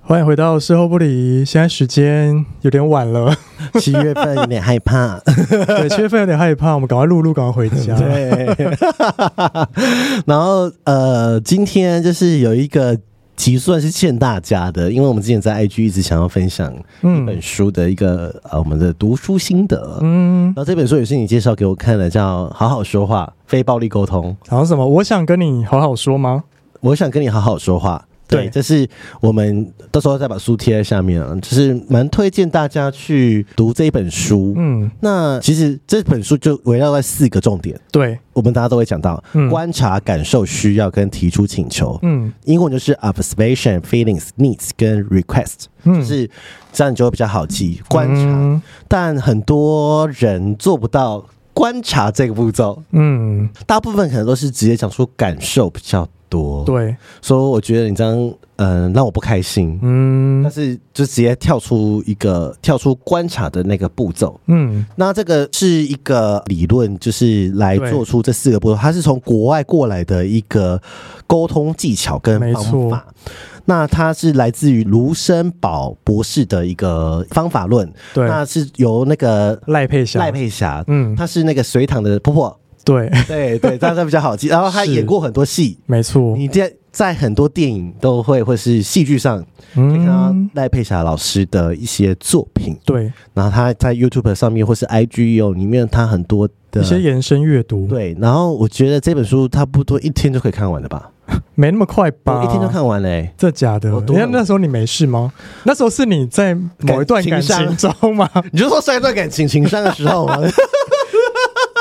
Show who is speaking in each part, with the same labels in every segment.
Speaker 1: 欢迎回到事后不理，现在时间有点晚 了，
Speaker 2: 七月份有点害怕，
Speaker 1: 对，七月份有点害怕，我们赶快录录，赶快回家。
Speaker 2: 对。 然后呃，今天就是有一个集算是欠大家的，因为我们之前在 IG 一直想要分享一本书的一个、呃我们的读书心得。
Speaker 1: 嗯
Speaker 2: 然，后这本书也是你介绍给我看的，叫《好好说话：非暴力沟通》。
Speaker 1: 然后什么？我想跟你好好说吗？
Speaker 2: 我想跟你好好说话。对，
Speaker 1: 对
Speaker 2: 这是我们到时候再把书贴在下面啊，就是蛮推荐大家去读这一本书。
Speaker 1: 嗯，
Speaker 2: 那其实这本书就围绕在四个重点，
Speaker 1: 对，
Speaker 2: 我们大家都会讲到、
Speaker 1: 嗯
Speaker 2: 观察、感受、需要跟提出请求。
Speaker 1: 嗯
Speaker 2: 英文就是 observation、feelings、needs 跟 request，、
Speaker 1: 嗯，
Speaker 2: 就是这样你就会比较好记观察。
Speaker 1: 嗯
Speaker 2: 但很多人做不到观察这个步骤，
Speaker 1: 嗯，
Speaker 2: 大部分可能都是直接讲出感受比较多。
Speaker 1: 对，
Speaker 2: 所以我觉得你这样，嗯、让我不开心。但
Speaker 1: 嗯
Speaker 2: 是就直接跳出一个跳出观察的那个步骤。
Speaker 1: 嗯
Speaker 2: 那这个是一个理论，就是来
Speaker 1: 对
Speaker 2: 做出这四个步骤，它是从国外过来的一个沟通技巧跟
Speaker 1: 没
Speaker 2: 方
Speaker 1: 错
Speaker 2: 法。那它是来自于卢森堡博士的一个方法论，
Speaker 1: 对，
Speaker 2: 那是由那个
Speaker 1: 赖佩霞，
Speaker 2: 赖，佩霞，
Speaker 1: 嗯，
Speaker 2: 她是那个隋唐的婆婆，
Speaker 1: 对，
Speaker 2: 对对，这样才比较好记。然后她
Speaker 1: 是
Speaker 2: 演过很多戏，
Speaker 1: 没错，
Speaker 2: 你在在很多电影都会或是戏剧上，可以看到
Speaker 1: 嗯，
Speaker 2: 赖佩霞老师的一些作品，
Speaker 1: 对，
Speaker 2: 然后她在 YouTube 上面或是 IG 有里面，她很多的
Speaker 1: 一些延伸阅读，
Speaker 2: 对，然后我觉得这本书差不多一天就可以看完了吧，
Speaker 1: 没那么快吧？
Speaker 2: 我一天就看完欸嘞、
Speaker 1: 这假的
Speaker 2: 我？多
Speaker 1: 你看
Speaker 2: 了
Speaker 1: 那时候你没事吗？那时候是你在某一段
Speaker 2: 感
Speaker 1: 感
Speaker 2: 情
Speaker 1: 情中吗？
Speaker 2: 你就说上一段感情情伤的时候啊吗？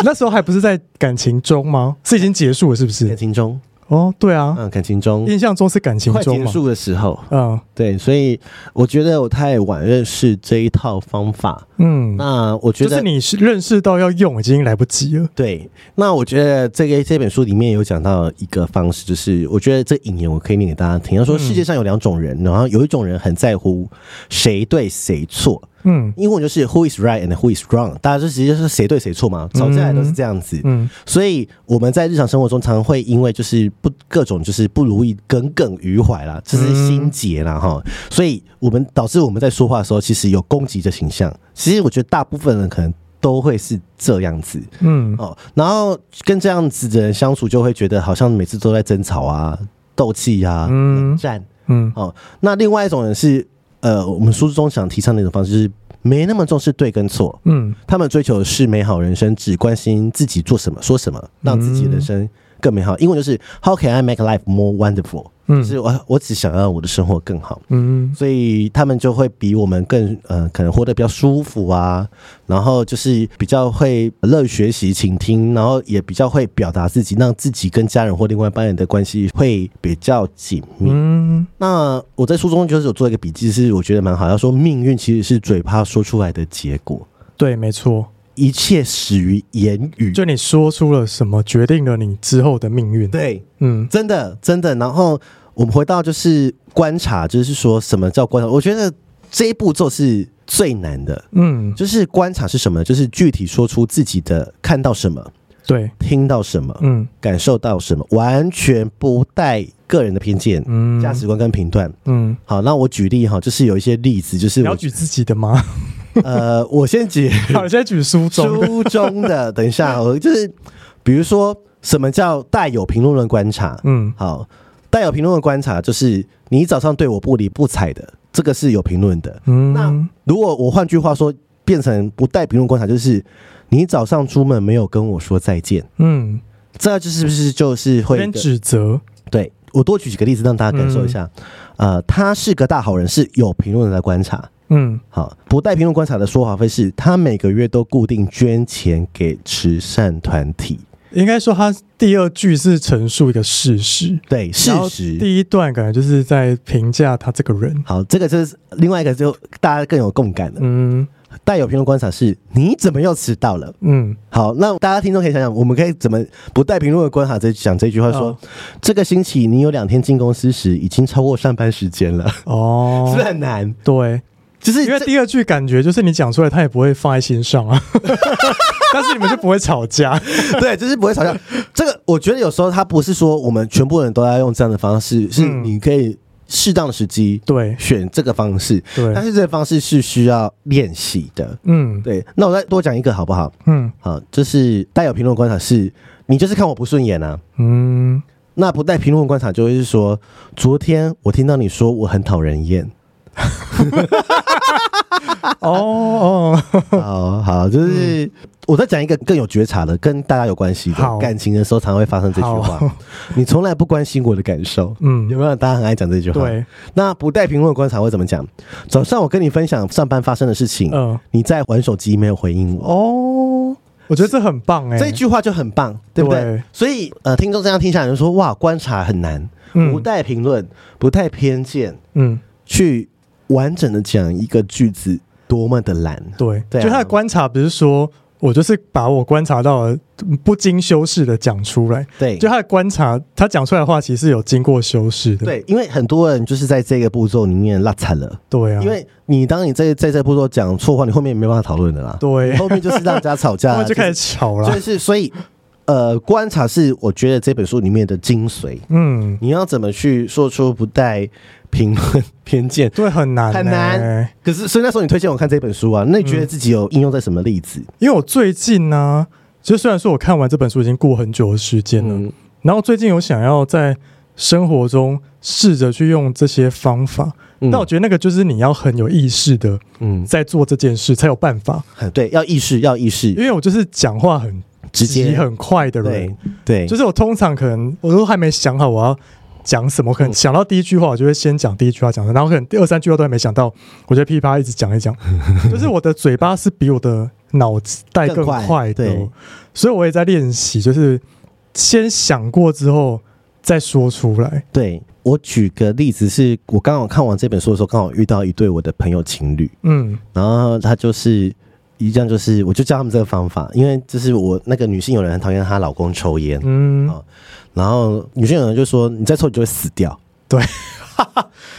Speaker 1: 那时候还不是在感情中吗？是已经结束了，是不
Speaker 2: 感
Speaker 1: 是？
Speaker 2: 情中，
Speaker 1: 哦，对啊，
Speaker 2: 嗯，感情中
Speaker 1: 印象中是感情
Speaker 2: 快
Speaker 1: 中
Speaker 2: 结
Speaker 1: 嘛。
Speaker 2: 束的时候，
Speaker 1: 嗯
Speaker 2: 对，所以我觉得我太晚认识这一套方法。
Speaker 1: 嗯，
Speaker 2: 那我觉
Speaker 1: 就
Speaker 2: 得
Speaker 1: 是你是认识到要用已经来不及了。
Speaker 2: 对，那我觉得这个这本书里面有讲到一个方式，就是我觉得这引言我可以念给大家听。他说
Speaker 1: 嗯
Speaker 2: 世界上有两种人，然后有一种人很在乎谁对谁错，
Speaker 1: 嗯
Speaker 2: 英文就是 who is right and who is wrong，大家就直接说谁对谁错嘛，吵架也都是这样子。
Speaker 1: 嗯，
Speaker 2: 所以我们在日常生活中常会因为就是不各种就是不如意耿耿于怀
Speaker 1: 嗯
Speaker 2: 啦，这是心结啦哈、所以我们导致我们在说话的时候，其实有攻击的倾向。其实我觉得大部分人可能都会是这样子。
Speaker 1: 嗯，
Speaker 2: 哦，然后跟这样子的人相处，就会觉得好像每次都在争吵啊、斗气啊、
Speaker 1: 嗯
Speaker 2: 冷战。
Speaker 1: 嗯，
Speaker 2: 哦，那另外一种人是，呃，我们书中想提倡的一种方式，就是没那么重视对跟错，
Speaker 1: 嗯，
Speaker 2: 他们追求的是美好人生，只关心自己做什么、说什么，让自己的人生更美好。英文就是 How can I make life more wonderful？
Speaker 1: 嗯
Speaker 2: 就是我我只想让我的生活更好。
Speaker 1: 嗯，
Speaker 2: 所以他们就会比我们更呃，可能活得比较舒服啊，然后就是比较会乐于学习、倾听，然后也比较会表达自己，让自己跟家人或另外一半人的关系会比较紧密。
Speaker 1: 嗯，
Speaker 2: 那我在书中就是有做一个笔记，是我觉得蛮好，要说命运其实是嘴巴说出来的结果，
Speaker 1: 对，没错，
Speaker 2: 一切始于言语。
Speaker 1: 就你说出了什么，决定了你之后的命运。
Speaker 2: 对，
Speaker 1: 嗯，
Speaker 2: 真的真的。然后我们回到就是观察，就是说什么叫观察？我觉得这一步骤是最难的。
Speaker 1: 嗯，
Speaker 2: 就是观察是什么？就是具体说出自己的看到什么、
Speaker 1: 对，
Speaker 2: 听到什么、
Speaker 1: 嗯
Speaker 2: 感受到什么，完全不带个人的偏见、
Speaker 1: 嗯，
Speaker 2: 价值观跟评断。
Speaker 1: 嗯，
Speaker 2: 好，那我举例哈，就是有一些例子，就是
Speaker 1: 你要
Speaker 2: 我
Speaker 1: 举自己的 吗？
Speaker 2: 呃，我先举
Speaker 1: 好，你现在举 书中的。
Speaker 2: 书中的，等一下，我就是比如说什么叫带有评论论观察？
Speaker 1: 嗯
Speaker 2: 好，带有评论的观察就是，你早上对我不理不睬的，这个是有评论的。
Speaker 1: 嗯，
Speaker 2: 如果我换句话说，变成不带评论观察，就是你早上出门没有跟我说再见，
Speaker 1: 嗯，
Speaker 2: 这就是不是就是
Speaker 1: 有
Speaker 2: 会
Speaker 1: 点指责，
Speaker 2: 对我多举几个例子让大家感受一
Speaker 1: 嗯
Speaker 2: 下。呃，他是个大好人，是有评论的观察。
Speaker 1: 嗯，
Speaker 2: 好，不带评论观察的说法会是，他每个月都固定捐钱给慈善团体。
Speaker 1: 应该说他第二句是陈述一个事实，
Speaker 2: 对，事
Speaker 1: 然后
Speaker 2: 实。
Speaker 1: 第一段感觉就是在评价他这个人，
Speaker 2: 好，这个就是另外一个，就大家更有共感的。
Speaker 1: 嗯
Speaker 2: 带有评论观察是，你怎么又迟到了？
Speaker 1: 嗯，
Speaker 2: 好，那大家听众可以想想，我们可以怎么不带评论的观察这讲这句话说，
Speaker 1: 哦
Speaker 2: 这个星期你有两天进公司时已经超过上班时间了， 是不是
Speaker 1: 哦，
Speaker 2: 很难？
Speaker 1: 对，
Speaker 2: 就是
Speaker 1: 因为
Speaker 2: 这
Speaker 1: 第二句感觉就是你讲出来，他也不会放在心上 啊，但是你们就不会吵架，
Speaker 2: 对，就是不会吵架。这个我觉得有时候他不是说我们全部人都要用这样的方式，是
Speaker 1: 嗯
Speaker 2: 你可以适当的时机
Speaker 1: 对
Speaker 2: 选这个方式，但
Speaker 1: 对，
Speaker 2: 是这个方式是需要练习的。
Speaker 1: 嗯
Speaker 2: 对，那我再多讲一个好不好？
Speaker 1: 嗯
Speaker 2: 好，就是带有评论观察是，你就是看我不顺眼啊。
Speaker 1: 嗯，
Speaker 2: 那不带评论观察就会是说，昨天我听到你说我很讨 人厌。
Speaker 1: 哦哦，
Speaker 2: 好好，就是、我再讲一个更有觉察的，跟大家有关系的
Speaker 1: 嗯好
Speaker 2: 感情的时候，常会发生这句话
Speaker 1: 好。
Speaker 2: 你从来不关心我的感受，
Speaker 1: 嗯
Speaker 2: 有没有？大家很爱讲这句话。，
Speaker 1: 对，
Speaker 2: 那不带评论观察会怎么讲？早上我跟你分享上班发生的事情，
Speaker 1: 嗯
Speaker 2: 你在玩手机没有回应我，
Speaker 1: 哦，我觉得这很棒哎，
Speaker 2: 这句话就很棒，对不对？
Speaker 1: 对
Speaker 2: 所以呃，听众这样听下来就说，哇，观察很难，
Speaker 1: 嗯
Speaker 2: 不带评论，不带偏见，
Speaker 1: 嗯。
Speaker 2: 去完整的讲一个句子，多么的难。
Speaker 1: 对，
Speaker 2: 对啊
Speaker 1: 就他的观察不是说我就是把我观察到的不经修饰的讲出来，
Speaker 2: 对，
Speaker 1: 就他的观察，他讲出来的话其实是有经过修饰的。
Speaker 2: 对，因为很多人就是在这个步骤里面落惨了，
Speaker 1: 对啊，
Speaker 2: 因为你当你在在这步骤讲错话，你后面也没办法讨论的啦。
Speaker 1: 对
Speaker 2: 你后面就是让大家吵架
Speaker 1: 他
Speaker 2: 啦，
Speaker 1: 们就开始吵
Speaker 2: 就是
Speaker 1: 了
Speaker 2: 就。是所以呃，观察是我觉得这本书里面的精髓，
Speaker 1: 嗯，
Speaker 2: 你要怎么去说出不带评论 偏见。
Speaker 1: 对，很难、欸，
Speaker 2: 很难。可是，所以那时候你推荐我看这本书啊，那你
Speaker 1: 嗯
Speaker 2: 觉得自己有应用在什么例子？
Speaker 1: 因为我最近呢、其实虽然说我看完这本书已经过很久的时间了，
Speaker 2: 嗯，
Speaker 1: 然后最近有想要在生活中试着去用这些方法，
Speaker 2: 嗯
Speaker 1: 但我觉得那个就是你要很有意识的
Speaker 2: 嗯，
Speaker 1: 在做这件事才有办法，
Speaker 2: 对，要意识，要意
Speaker 1: 因
Speaker 2: 识，
Speaker 1: 为我就是讲话很
Speaker 2: 直
Speaker 1: 急
Speaker 2: 接，
Speaker 1: 很快的人
Speaker 2: 对，对，
Speaker 1: 就是是我通常可能我都还没想好我要讲什么，
Speaker 2: 嗯
Speaker 1: 可能想到第一句话，我就会先讲第一句话讲，然后可能第二三句话都还没想到，我就噼啪一直讲 一讲，就是我的嘴巴是比我的脑袋更
Speaker 2: 更快
Speaker 1: 快的
Speaker 2: 对，
Speaker 1: 所以我也在练习，就是先想过之后再说出来。
Speaker 2: 对我举个例子是，我刚好看完这本书的时候，刚好遇到一对我的朋友情侣，
Speaker 1: 嗯
Speaker 2: 然后他就是一样，就是我就教他们这个方法，因为就是我那个女性有人很讨厌她老公抽烟，
Speaker 1: 嗯
Speaker 2: 好然后女性有人就说你再抽你就会死掉，
Speaker 1: 对，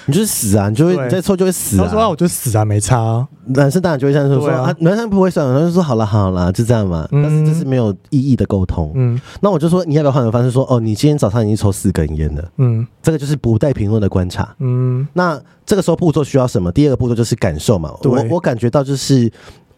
Speaker 2: 你就是死啊，你就会
Speaker 1: 对
Speaker 2: 你再抽就会死
Speaker 1: 他说啊，
Speaker 2: 啊
Speaker 1: 我。就死啊，没差、啊。
Speaker 2: 男生当然就会这样说，
Speaker 1: 对啊
Speaker 2: 啊男生不会算，他就说好了好了，就这样嘛。
Speaker 1: 嗯
Speaker 2: 但是这是没有意义的沟通。
Speaker 1: 嗯
Speaker 2: 那我就说你要不要换个方式说，哦，你今天早上已经抽四根烟了，
Speaker 1: 嗯
Speaker 2: 这个就是不带评论的观察。
Speaker 1: 嗯
Speaker 2: 那这个时候步骤需要什么？第二个步骤就是感受嘛。
Speaker 1: 对
Speaker 2: 我我感觉到就是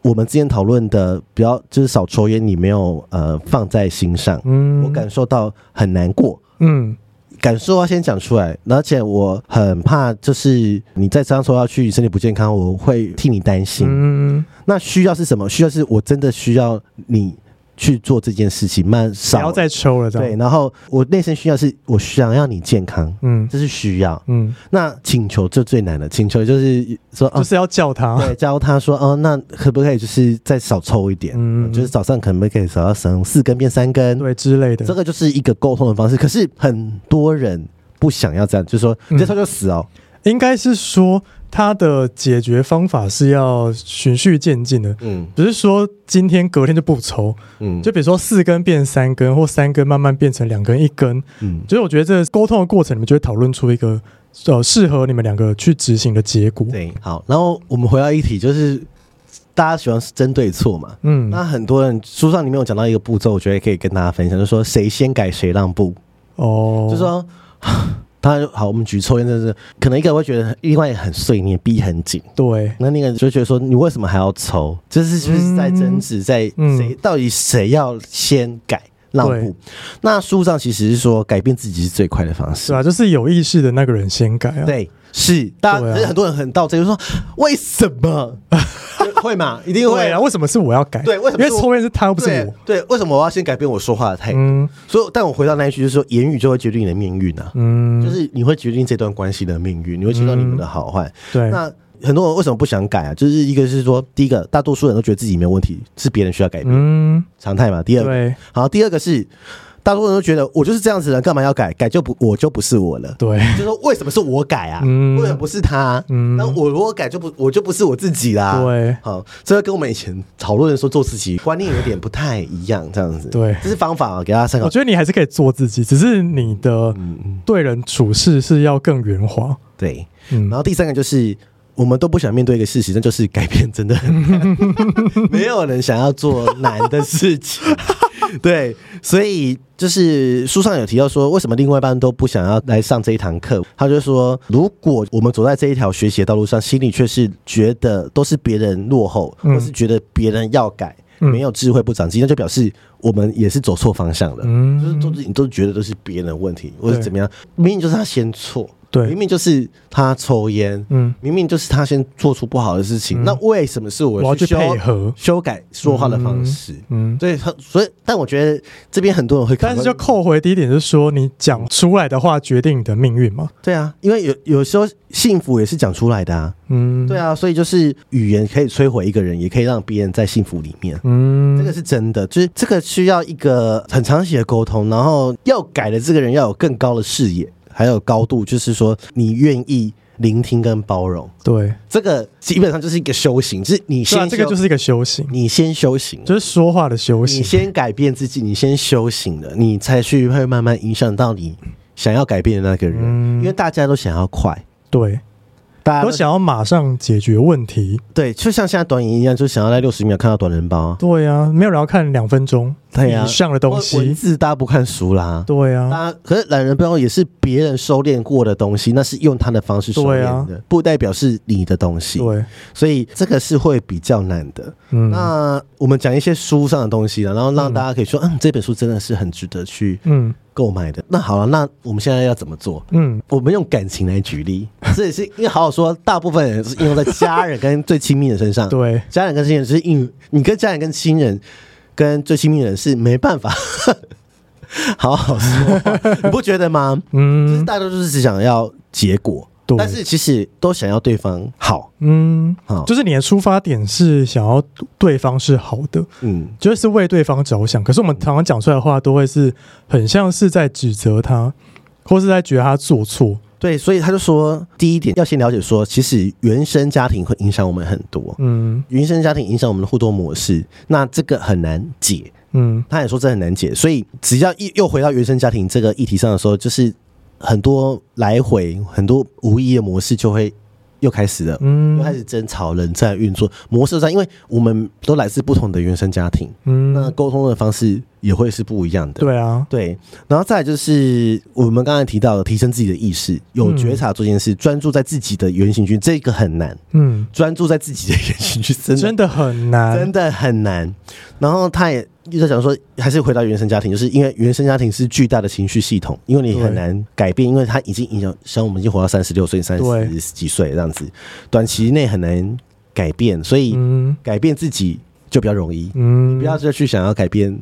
Speaker 2: 我们之前讨论的比较就是少抽烟，你没有呃放在心上，
Speaker 1: 嗯，
Speaker 2: 我感受到很难过。
Speaker 1: 嗯
Speaker 2: 感受要先讲出来，而且我很怕，就是你再这样说下去，身体不健康，我会替你担心。
Speaker 1: 嗯，
Speaker 2: 那需要是什么？需要是我真的需要你去做这件事情，慢
Speaker 1: 不
Speaker 2: 少
Speaker 1: 要再抽了，这
Speaker 2: 对。
Speaker 1: 样。
Speaker 2: 然后我内心需要是我想要你健康，
Speaker 1: 嗯
Speaker 2: 这是需要。
Speaker 1: 嗯，
Speaker 2: 那请求就最难了，请求就是说，哦
Speaker 1: 就，是要啊叫他。
Speaker 2: 对，教他说，哦，那可不可以就是再少抽一点？
Speaker 1: 嗯
Speaker 2: 就是早上可能可以少到省四根变三根，
Speaker 1: 对之类的。
Speaker 2: 这个就是一个沟通的方式。可是很多人不想要这样，就说
Speaker 1: 嗯
Speaker 2: 你再抽就死哦。
Speaker 1: 应该是说它的解决方法是要循序渐进的，
Speaker 2: 嗯
Speaker 1: 不是说今天隔天就不抽。
Speaker 2: 嗯
Speaker 1: 就比如说四根变三根，或三根慢慢变成两根一根。
Speaker 2: 嗯
Speaker 1: 就是我觉得这沟通的过程，你们就会讨论出一个呃适合你们两个去执行的结果。
Speaker 2: 对，好。然后我们回到一题，就是大家喜欢针对错嘛。
Speaker 1: 嗯，
Speaker 2: 那很多人书上里面有讲到一个步骤，我觉得可以跟大家分享，就是说谁先改谁让步。
Speaker 1: 哦，
Speaker 2: 就说， 当然好，我们举抽烟，就是可能一个会觉得另外一个很碎念，逼很紧，
Speaker 1: 对，
Speaker 2: 那另一个就觉得说你为什么还要抽？这是就是在争执，在
Speaker 1: 嗯
Speaker 2: 谁到底谁要先改，让
Speaker 1: 对
Speaker 2: 步。那书上其实是说，改变自己是最快的方式
Speaker 1: 是。啊，就是有意识的那个人先改啊。，
Speaker 2: 对，是，大家、
Speaker 1: 对啊
Speaker 2: 很多人很到这就说，为什么 会嘛？一定会
Speaker 1: 对啊，为什么是我要改？
Speaker 2: 对为什
Speaker 1: 因
Speaker 2: 么
Speaker 1: 为
Speaker 2: 是我
Speaker 1: 抽烟是他，又不是
Speaker 2: 对
Speaker 1: 我。
Speaker 2: 对，为什么我要先改变我说话的态度？
Speaker 1: 嗯
Speaker 2: 所以，但我回到那一句，就是说，言语就会决定你的命运啊，
Speaker 1: 嗯，
Speaker 2: 就是你会决定这段关系的命运，你会决定你们的好坏。
Speaker 1: 对，
Speaker 2: 那很多人为什么不想改啊？就是一个是说，第一个，大多数人都觉得自己没有问题，是别人需要改变，
Speaker 1: 嗯，
Speaker 2: 常态嘛。第二个，
Speaker 1: 对
Speaker 2: 好，第二个是，大多数人都觉得我就是这样子的人，干嘛要改？改就不我就不是我了。
Speaker 1: 对，
Speaker 2: 就是说为什么是我改啊？
Speaker 1: 嗯
Speaker 2: 为什么不是他？
Speaker 1: 嗯
Speaker 2: 那我如果改就不我就不是我自己啦。
Speaker 1: 对
Speaker 2: 好，这个跟我们以前讨论说做自己观念有点不太一样，这样子。
Speaker 1: 对
Speaker 2: 这是方法啊，给大家参考
Speaker 1: 我。觉得你还是可以做自己，只是你的
Speaker 2: 嗯
Speaker 1: 对人处事是要更圆滑。
Speaker 2: 对，
Speaker 1: 嗯
Speaker 2: 然，后第三个就是。我们都不想面对一个事实，那就是改变真的很难， 没有人想要做难的事情。对，所以就是书上有提到说，为什么另外一半都不想要来上这一堂课？他就说，如果我们走在这一条学习的道路上，心里却是觉得都是别人落后，
Speaker 1: 嗯
Speaker 2: 或是觉得别人要改，
Speaker 1: 嗯
Speaker 2: 没有智慧不长进，那就表示我们也是走错方向了。
Speaker 1: 嗯
Speaker 2: 就是都是你都觉得都是别人的问题，或者
Speaker 1: 对
Speaker 2: 怎么样，明明就是他先错，
Speaker 1: 对
Speaker 2: 明明就是他抽烟，
Speaker 1: 嗯
Speaker 2: 明明就是他先做出不好的事情，那为什么是我
Speaker 1: 我要
Speaker 2: 去
Speaker 1: 去
Speaker 2: 修
Speaker 1: 配合
Speaker 2: 修改说话的方式？
Speaker 1: 嗯，
Speaker 2: 对，他所以，但我觉得这边很多人会，
Speaker 1: 但是就扣回第一点，就是说你讲出来的话决定你的命运嘛。
Speaker 2: 对啊，因为有有时候幸福也是讲出来的啊，
Speaker 1: 嗯，
Speaker 2: 对，啊，所以就是语言可以摧毁一个人，也可以让别人在幸福里面。
Speaker 1: 嗯，
Speaker 2: 这个是真的，就是这个需要一个很长期的沟通，然后要改的这个人要有更高的视野，还有高度，就是说你愿意聆听跟包容，
Speaker 1: 对，
Speaker 2: 这个基本上就是一个修行，就是你
Speaker 1: 是啊，
Speaker 2: 先修
Speaker 1: 这个就是一个修行，
Speaker 2: 你先修行。
Speaker 1: 就是说话的修
Speaker 2: 你
Speaker 1: 行。
Speaker 2: 先改变自己，你先修行了，你才去会慢慢影响到你想要改变的那个人，因为大家都想要快，
Speaker 1: 对，
Speaker 2: 大
Speaker 1: 嗯
Speaker 2: 家
Speaker 1: 都想要马上解决问题。
Speaker 2: 对，就像现在短影音一样，就想要在六十秒看到短人包啊，
Speaker 1: 对啊，没有人要看两分钟
Speaker 2: 对啊
Speaker 1: 以上的东
Speaker 2: 文
Speaker 1: 西。
Speaker 2: 字大家不看书啦，
Speaker 1: 对啊，
Speaker 2: 大家可是懒人包也是别人收敛过的东西，那是用他的方式收敛
Speaker 1: 对啊
Speaker 2: 的，不代表是你的东西。
Speaker 1: 对，
Speaker 2: 所以这个是会比较难的。
Speaker 1: 嗯，
Speaker 2: 那我们讲一些书上的东西了，然后让大家可以说，嗯，这本书真的是很值得去
Speaker 1: 嗯
Speaker 2: 购买的。那好了，那我们现在要怎么做？
Speaker 1: 嗯，
Speaker 2: 我们用感情来 举例，这也是因为好好说，大部分人是应用在家人跟最亲密的身上。，
Speaker 1: 对，
Speaker 2: 家人跟亲人是应，你跟家人跟亲人跟最亲密的人是没办法 好好说话，你不觉得吗？就是
Speaker 1: 嗯
Speaker 2: 大家都是只想要结果
Speaker 1: 对，
Speaker 2: 但是其实都想要对方好，
Speaker 1: 嗯，
Speaker 2: 好，
Speaker 1: 就是你的出发点是想要对方是好的，
Speaker 2: 嗯，
Speaker 1: 就是为对方着想。可是我们常常讲出来的话，都会是很像是在指责他，或是在觉得他做错。
Speaker 2: 对，所以他就说，第一点要先了解说，其实原生家庭会影响我们很多，
Speaker 1: 嗯
Speaker 2: 原生家庭影响我们的互动模式，那这个很难解。
Speaker 1: 嗯，
Speaker 2: 他也说这很难解，所以只要一又回到原生家庭这个议题上的时候，就是很多来回、很多无意义的模式就会又开始了，
Speaker 1: 嗯
Speaker 2: 又开始争吵、冷战运作模式上，因为我们都来自不同的原生家庭，那
Speaker 1: 嗯，
Speaker 2: 沟通的方式也会是不一样的。
Speaker 1: 对啊，
Speaker 2: 对，然后再来就是我们刚才提到的提升自己的意识，有觉察这件事，专注在自己的原型区，这个很难，
Speaker 1: 嗯，
Speaker 2: 专注在自己的原 型区真的
Speaker 1: 真的啊很难，
Speaker 2: 真的很难。然后他也又在讲说，还是回到原生家庭，就是因为原生家庭是巨大的情绪系统，因为你
Speaker 1: 对
Speaker 2: 很难改变，因为它已经影响，像我们已经活到三十六岁、三
Speaker 1: 对
Speaker 2: 十几岁这样子，短期内很难改变，所以
Speaker 1: 嗯
Speaker 2: 改变自己就比较容易，
Speaker 1: 嗯，
Speaker 2: 不要再去想要改变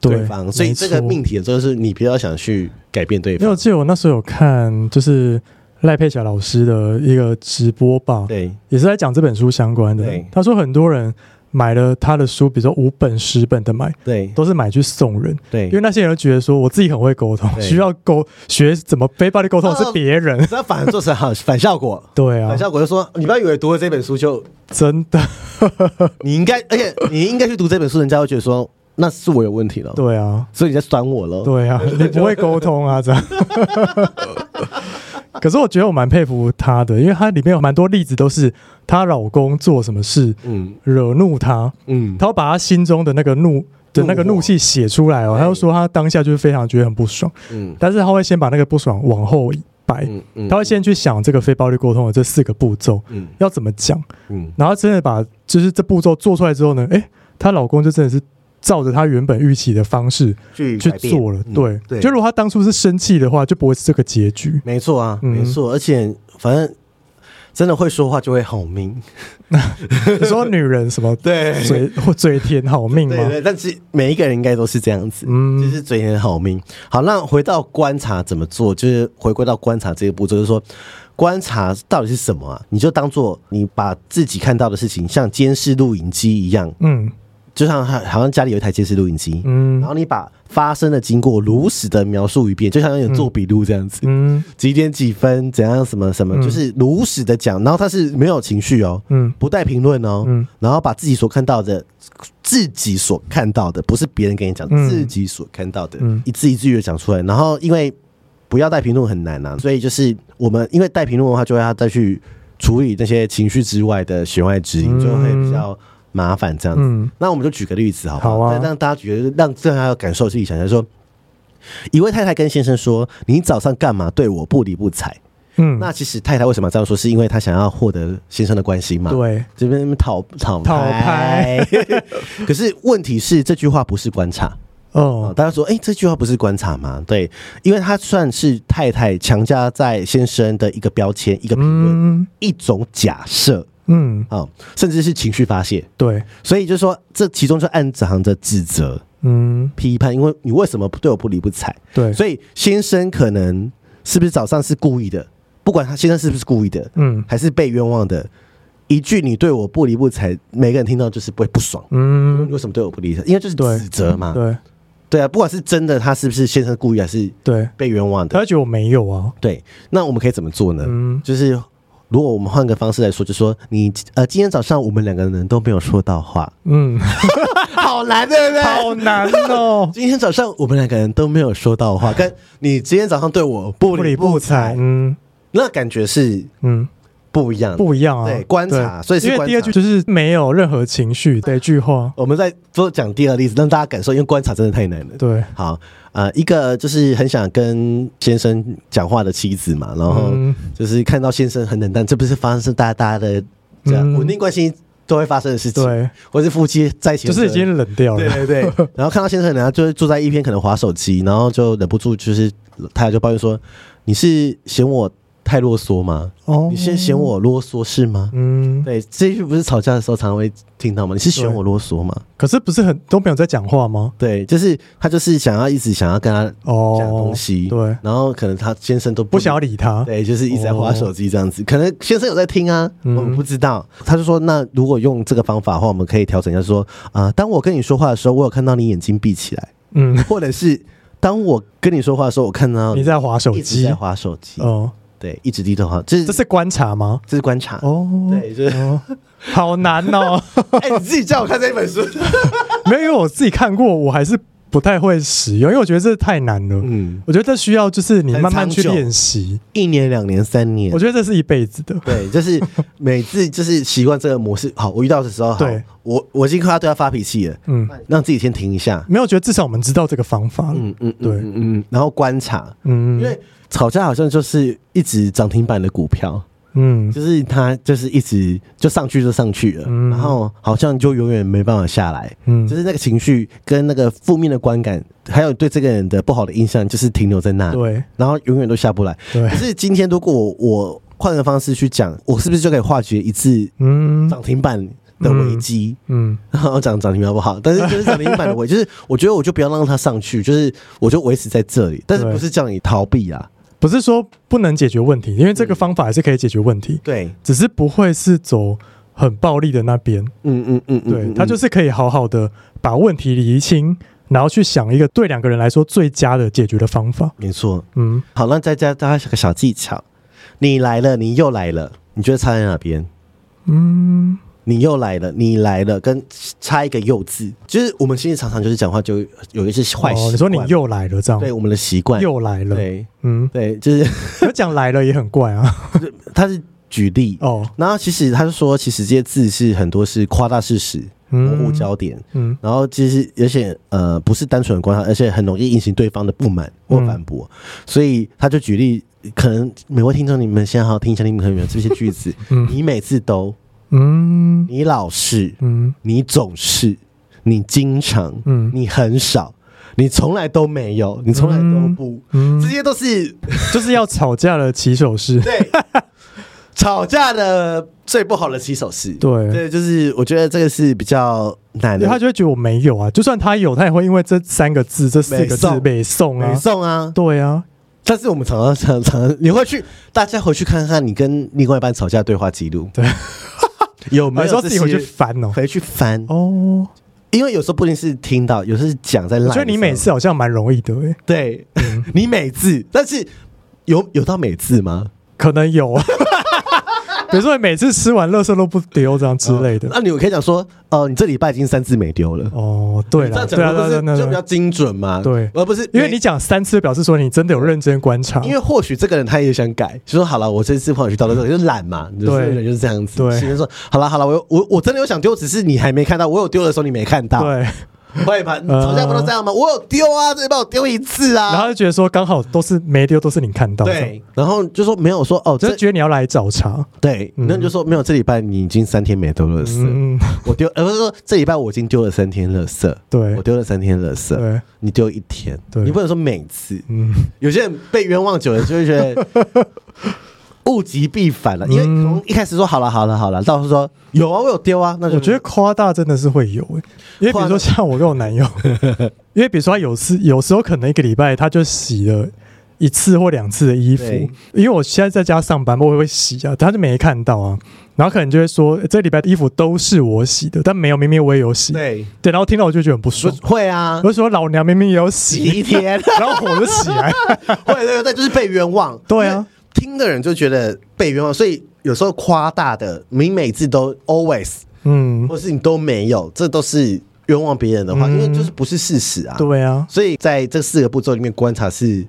Speaker 2: 对方。所以这个命题就是你不要想去改变对
Speaker 1: 因为我
Speaker 2: 方，
Speaker 1: 记得我那时候有看，就是赖佩霞老师的一个直播吧，
Speaker 2: 对
Speaker 1: 也是在讲这本书相关的
Speaker 2: 对。
Speaker 1: 他说很多人买了他的书，比如说五本、十本的买，
Speaker 2: 对
Speaker 1: 都是买去送人，因为
Speaker 2: 对。
Speaker 1: 那些人觉得说我自己很会沟通，
Speaker 2: 对
Speaker 1: 需要沟学怎么非暴力沟通
Speaker 2: 哦
Speaker 1: 是别人。
Speaker 2: 这反而做成好反效果，
Speaker 1: 对啊
Speaker 2: 反，效果就说你不要以为读了这本书就
Speaker 1: 真的，
Speaker 2: 你应该，而且你应该去读这本书，人家会觉得说那是我有问题了，
Speaker 1: 对啊，
Speaker 2: 所以你在酸我了。
Speaker 1: 对 啊，你不会沟通啊，这样。 可是我觉得我蛮佩服她的，因为她里面有蛮多例子都是她老公做什么事
Speaker 2: 嗯
Speaker 1: 惹怒她，
Speaker 2: 嗯，
Speaker 1: 她要把她心中的那个怒的那个
Speaker 2: 怒火
Speaker 1: 怒气写出来哦。
Speaker 2: 对
Speaker 1: 她就说她当下就是非常觉得很不爽，
Speaker 2: 嗯
Speaker 1: 但是她会先把那个不爽往后摆，
Speaker 2: 嗯嗯
Speaker 1: 她会先去想这个非暴力沟通的这四个步骤
Speaker 2: 嗯
Speaker 1: 要怎么讲。
Speaker 2: 嗯
Speaker 1: 然后真的把就是这步骤做出来之后呢，哎，她老公就真的是照着他原本预期的方式
Speaker 2: 去
Speaker 1: 去
Speaker 2: 改变
Speaker 1: 做了。
Speaker 2: 嗯
Speaker 1: 对，
Speaker 2: 对，
Speaker 1: 就如果他当初是生气的话，就不会是这个结局。
Speaker 2: 没错啊，
Speaker 1: 嗯
Speaker 2: 没错，而且反正真的会说话就会好命，
Speaker 1: 你说女人什么
Speaker 2: 对
Speaker 1: 嘴或嘴甜好命
Speaker 2: 对
Speaker 1: 吗？
Speaker 2: 对，但是每一个人应该都是这样子，
Speaker 1: 嗯
Speaker 2: 就是嘴很好命。好，那回到观察怎么做，就是回归到观察这个步骤，就是说观察到底是什么啊？你就当做你把自己看到的事情像监视录影机一样，
Speaker 1: 嗯
Speaker 2: 就像好好像家里有一台监视录影机，
Speaker 1: 嗯
Speaker 2: 然后你把发生的经过如实的描述一遍，就像有做笔录这样子。
Speaker 1: 嗯
Speaker 2: 几点几分，怎样什么什么，
Speaker 1: 嗯
Speaker 2: 就是如实的讲，然后他是没有情绪哦，
Speaker 1: 嗯
Speaker 2: 不带评论哦，
Speaker 1: 嗯
Speaker 2: 然后把自己所看到的，自己所看到的，不是别人跟你讲，
Speaker 1: 嗯
Speaker 2: 自己所看到的，
Speaker 1: 嗯
Speaker 2: 一字一句的讲出来。然后因为不要带评论很难啊，所以就是我们因为带评论的话，就会要再去处理那些情绪之外的弦外之音，
Speaker 1: 嗯
Speaker 2: 就会比较麻烦这样子。
Speaker 1: 嗯
Speaker 2: 那我们就举个例子好不
Speaker 1: 好啊
Speaker 2: 让大家觉得让让大家感受自己想象说，一位太太跟先生说：“你早上干嘛对我不理不睬？”
Speaker 1: 嗯，
Speaker 2: 那其实太太为什么要这样说？是因为她想要获得先生的关心嘛？，
Speaker 1: 对，
Speaker 2: 这边讨讨
Speaker 1: 讨
Speaker 2: 拍
Speaker 1: 拍。
Speaker 2: 可是问题是这句话不是观察。哦，
Speaker 1: 哦，
Speaker 2: 大家说，哎、这句话不是观察吗？对，因为它算是太太强加在先生的一个标签、一个评论、
Speaker 1: 嗯
Speaker 2: 一种假设
Speaker 1: 嗯，
Speaker 2: 啊、哦甚至是情绪发泄。
Speaker 1: 对，
Speaker 2: 所以就是说，这其中就暗藏着指责、
Speaker 1: 嗯
Speaker 2: 批判，因为你为什么对我不理不睬？
Speaker 1: 对，
Speaker 2: 所以先生可能是不是早上是故意的？不管他先生是不是故意的，
Speaker 1: 嗯
Speaker 2: 还是被冤枉的，一句你对我不理不睬，每个人听到就是不会不爽。
Speaker 1: 嗯
Speaker 2: 为什么对我不理睬？因为就是
Speaker 1: 对
Speaker 2: 指责嘛。
Speaker 1: 对
Speaker 2: 对啊，不管是真的，他是不是先生故意还是
Speaker 1: 对，
Speaker 2: 被冤枉的，
Speaker 1: 他觉得我没有啊，
Speaker 2: 对，那我们可以怎么做呢？
Speaker 1: 嗯
Speaker 2: 就是如果我们换个方式来说，就说你呃，今天早上我们两个人都没有说到话，
Speaker 1: 嗯，
Speaker 2: 好难，对不对？，
Speaker 1: 好难哦
Speaker 2: 今天早上我们两个人都没有说到话，跟你今天早上对我不
Speaker 1: 不
Speaker 2: 理
Speaker 1: 理
Speaker 2: 不
Speaker 1: 不睬
Speaker 2: 睬，，
Speaker 1: 嗯
Speaker 2: 那感觉是
Speaker 1: 嗯，
Speaker 2: 不一样的。
Speaker 1: 不一样啊，
Speaker 2: 对观察所以是
Speaker 1: 因为
Speaker 2: 观
Speaker 1: 第二
Speaker 2: 察
Speaker 1: 句就是没有任何情绪的一句话，
Speaker 2: 我们再多讲第二例子，让大家感受，因为观察真的太难了。
Speaker 1: 对，
Speaker 2: 好，呃，一个就是很想跟先生讲话的妻子嘛，然后
Speaker 1: 嗯
Speaker 2: 就是看到先生很冷淡，这不是发生大家的这样
Speaker 1: 嗯
Speaker 2: 稳定关系都会发生的事情，
Speaker 1: 对，
Speaker 2: 或是夫妻在一起
Speaker 1: 就
Speaker 2: 的时候
Speaker 1: 是已经冷掉
Speaker 2: 对
Speaker 1: 了，
Speaker 2: 对 对，然后看到先生，然后就是坐在一边可能划手机，然后就忍不住就是太太就抱怨说：“你是嫌我太啰嗦吗？
Speaker 1: 哦
Speaker 2: 你是嫌，我啰嗦是吗？”
Speaker 1: 嗯，
Speaker 2: 对，这一句不是吵架的时候常常会听到吗？你是嫌我啰嗦吗？
Speaker 1: 可是不是很都没有在讲话吗？
Speaker 2: 对，就是他就是想要一直想要跟他讲
Speaker 1: 哦
Speaker 2: 东，西，
Speaker 1: 对，
Speaker 2: 然后可能他先生都不
Speaker 1: 不想要理他，
Speaker 2: 对，就是一直在划手机这样子。可能先生有在听啊，我
Speaker 1: 哦嗯
Speaker 2: 们不知道。他就说，那如果用这个方法的话，我们可以调整一下，说啊、当我跟你说话的时候，我有看到你眼睛闭起来，
Speaker 1: 嗯，
Speaker 2: 或者是当我跟你说话的时候，我看到
Speaker 1: 你在划手
Speaker 2: 一直
Speaker 1: 机
Speaker 2: 在，划手机，
Speaker 1: 哦，
Speaker 2: 对，一直低头划，这是
Speaker 1: 这是观察吗？
Speaker 2: 这是观察。
Speaker 1: 哦，
Speaker 2: 对，就是
Speaker 1: 哦，好难哦，
Speaker 2: 哎、你自己叫我看这一本书，
Speaker 1: 没有，因为我自己看过，我还是不太会使用，因为我觉得这太难了。
Speaker 2: 嗯，
Speaker 1: 我觉得这需要就是你
Speaker 2: 很
Speaker 1: 慢慢
Speaker 2: 长
Speaker 1: 去
Speaker 2: 久
Speaker 1: 练习，
Speaker 2: 一年、两年、三年
Speaker 1: 我，觉得这是一辈子的。
Speaker 2: 对，就是每次就是习惯这个模式。好，我遇到的时候，好
Speaker 1: 对，
Speaker 2: 我我已经快要对他发脾气了，
Speaker 1: 嗯，
Speaker 2: 让自己先停一下。
Speaker 1: 没有觉得至少我们知道这个方法了。
Speaker 2: 嗯嗯，嗯
Speaker 1: 对
Speaker 2: 嗯嗯，然后观察，
Speaker 1: 嗯，
Speaker 2: 因为吵架好像就是一直涨停板的股票，
Speaker 1: 嗯
Speaker 2: 就是它就是一直就上去就上去了，
Speaker 1: 嗯
Speaker 2: 然后好像就永远没办法下来。
Speaker 1: 嗯，
Speaker 2: 就是那个情绪跟那个负面的观感，还有对这个人的不好的印象，就是停留在那里，
Speaker 1: 对
Speaker 2: 然后永远都下不来。
Speaker 1: 对
Speaker 2: 可，是今天如果我我换个方式去讲，我是不是就可以化解一次
Speaker 1: 嗯
Speaker 2: 涨停板的危机？
Speaker 1: 嗯
Speaker 2: 然后涨涨停板不好，但是就是涨停 板的危，就是我觉得我就不要让它上去，就是我就维持在这里，但是
Speaker 1: 对
Speaker 2: 不是叫你逃避啊？
Speaker 1: 不是说不能解决问题，因为这个方法还是可以解决问题，
Speaker 2: 对，
Speaker 1: 只是不会是走很暴力的那边。
Speaker 2: 嗯嗯嗯嗯，
Speaker 1: 对
Speaker 2: 嗯，
Speaker 1: 他就是可以好好的把问题理清，然后去想一个对两个人来说最佳的解决的方法。
Speaker 2: 没错。
Speaker 1: 嗯，
Speaker 2: 好，那再加大家个小技巧，你来了，你又来了，你觉得差在哪边？
Speaker 1: 嗯，
Speaker 2: 你又来了，你来了，跟差一个“又”字，就是我们其实常常就是讲话就有一些坏习惯、
Speaker 1: 哦，你说你又来了，这样
Speaker 2: 对我们的习惯，
Speaker 1: 又来了，
Speaker 2: 对
Speaker 1: 嗯，
Speaker 2: 对，就是
Speaker 1: 可讲来了也很怪啊。
Speaker 2: 他是举例。
Speaker 1: 哦，
Speaker 2: 然后其实他就说，其实这些字是很多是夸大事实、模糊焦点，
Speaker 1: 嗯
Speaker 2: 然后其实而且呃不是单纯的观察，而且很容易引起对方的不满或
Speaker 1: 嗯
Speaker 2: 反驳，所以他就举例，可能每位听众你们先好好听一下，你们可能有这些句子，
Speaker 1: 嗯
Speaker 2: 你每次都，
Speaker 1: 嗯
Speaker 2: 你老是，
Speaker 1: 嗯
Speaker 2: 你总是，你经常，
Speaker 1: 嗯
Speaker 2: 你很少，你从来都没有，你从来都不，
Speaker 1: 嗯
Speaker 2: 这些都是。
Speaker 1: 就是要吵架的起手式
Speaker 2: 对 吵架的最不好的起手式。
Speaker 1: 对
Speaker 2: 对，就是我觉得这个是比较难
Speaker 1: 因为
Speaker 2: 的
Speaker 1: 他。就会觉得我没有啊，就算他有，他也会因为这三个字、这四个字
Speaker 2: 美
Speaker 1: 北送
Speaker 2: 没
Speaker 1: 啊，
Speaker 2: 送啊，
Speaker 1: 对啊，
Speaker 2: 但是我们常常常常，你会去，大家回去看看你跟另外一半吵架对话记录，
Speaker 1: 对，
Speaker 2: 有没
Speaker 1: 有时
Speaker 2: 有
Speaker 1: 候
Speaker 2: 这
Speaker 1: 自
Speaker 2: 些
Speaker 1: 己回去翻哦。
Speaker 2: 回去翻？
Speaker 1: 哦，
Speaker 2: 因为有时候不一定是听到，有时候是讲在烂。
Speaker 1: 我觉得你每次嗯好像蛮容易的欸诶、
Speaker 2: 对， 你每次，但是有有到每次吗？
Speaker 1: 可能有。啊 比如说你每次吃完垃圾都不丢这样之类 的。
Speaker 2: 那你可以讲说，哦、你这礼拜已经三次没丢了。
Speaker 1: 哦，对
Speaker 2: 这
Speaker 1: 了，
Speaker 2: 样
Speaker 1: 对啊，对
Speaker 2: 讲不
Speaker 1: 啊
Speaker 2: 是
Speaker 1: 对啊
Speaker 2: 就
Speaker 1: 对
Speaker 2: 比较
Speaker 1: 啊，
Speaker 2: 精准嘛？
Speaker 1: 对
Speaker 2: 而不是
Speaker 1: 因为你讲三次，表示说你真的有认真观察。
Speaker 2: 因为或许这个人他也想改，就说好了，我这次或许到了这个就懒嘛，就是
Speaker 1: 对
Speaker 2: 人就是这样子。
Speaker 1: 对
Speaker 2: 心里说好了好了，我我我真的有想丢，只是你还没看到，我有丢的时候你没看到，，
Speaker 1: 对，
Speaker 2: 会吧？
Speaker 1: 呃
Speaker 2: 吵架不都这样吗？我有丢啊，最帮我丢一次
Speaker 1: 然后
Speaker 2: 啊，
Speaker 1: 就觉得说刚好都是没丢，都是你看到的，
Speaker 2: 对，然后就说没有说哦，
Speaker 1: 就
Speaker 2: 这
Speaker 1: 是觉得你要来找茬。
Speaker 2: 对，
Speaker 1: 嗯
Speaker 2: 那你就说没有，这礼拜你已经三天没丢垃圾，
Speaker 1: 嗯，
Speaker 2: 我丢，呃，不是说这礼拜我已经丢了三天垃圾，
Speaker 1: 对
Speaker 2: 我丢了三天垃圾，
Speaker 1: 对，
Speaker 2: 你丢一天，
Speaker 1: 对
Speaker 2: 你不能说每次，
Speaker 1: 嗯，
Speaker 2: 有些人被冤枉久了就会觉得 物极必反了，因为
Speaker 1: 嗯
Speaker 2: 从一开始说好了好了好了，到时候说有啊我有丢啊，那就
Speaker 1: 我觉得夸大真的是会有诶、因为比如说像我跟我男友， 因为比如说他有次有时候可能一个礼拜他就洗了。一次或两次的衣服
Speaker 2: 对，
Speaker 1: 因为我现在在家上班，我也会洗啊，他就没看到啊，然后可能就会说、欸这礼拜的衣服都是我洗的，但没有，明明我也有洗，
Speaker 2: 对，
Speaker 1: 对，然后听到我就觉得很不
Speaker 2: 不
Speaker 1: 爽，
Speaker 2: 会啊
Speaker 1: 我，就说老娘明明也有
Speaker 2: 洗
Speaker 1: 洗，
Speaker 2: 一 天，
Speaker 1: 然后火就起 来，
Speaker 2: 会对对对，就是被冤枉，
Speaker 1: 对啊
Speaker 2: 因为听的人就觉得被冤枉，所以有时候夸大的，你每次都 always，
Speaker 1: 嗯，
Speaker 2: 或是你都没有，这都是冤枉别人的话，
Speaker 1: 嗯
Speaker 2: 因为就是不是事实啊，
Speaker 1: 对啊，
Speaker 2: 所以在这四个步骤里面观察是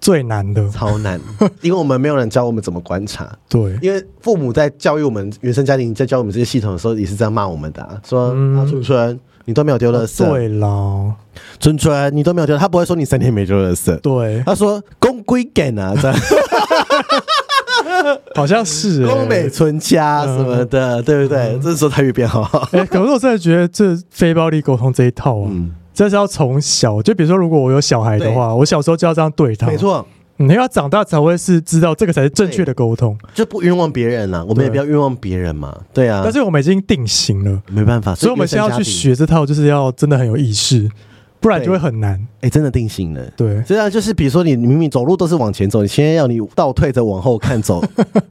Speaker 1: 最难的，
Speaker 2: 超难， 因为我们没有人教我们怎么观察。
Speaker 1: 对，
Speaker 2: 因为父母在教育我们原生家庭，在教我们这些系统的时候，也是这样骂我们的、啊，说
Speaker 1: 嗯哦
Speaker 2: 啊，春春，你都没有丢垃圾，
Speaker 1: 对啦，
Speaker 2: 春春，你都没有丢，他不会说你三天没丢垃圾，
Speaker 1: 对，
Speaker 2: 他说公归梗 啊，这样
Speaker 1: 好像是、欸，
Speaker 2: 公美存家什么的，
Speaker 1: 嗯
Speaker 2: 对不对？这时候台语 变好，
Speaker 1: 哎、可是我真的觉得这非暴力沟通这一套啊，
Speaker 2: 嗯，
Speaker 1: 这是要从小，就比如说，如果我有小孩的话，我小时候就要这样对他，
Speaker 2: 没，错，
Speaker 1: 你要长大才会是知道这个才是正确的沟通。
Speaker 2: 就不冤枉别人了、我们也不要冤枉别人嘛，对啊，
Speaker 1: 但是我们已经定型了，
Speaker 2: 没办法，
Speaker 1: 所以我们现在要去
Speaker 2: 原生家庭，
Speaker 1: 学这套，就是要真的很有意识，不然就会很难。
Speaker 2: 哎、真的定型了。
Speaker 1: 对，
Speaker 2: 这样就是，比如说你明明走路都是往前走，你现在要你倒退着往后看 走，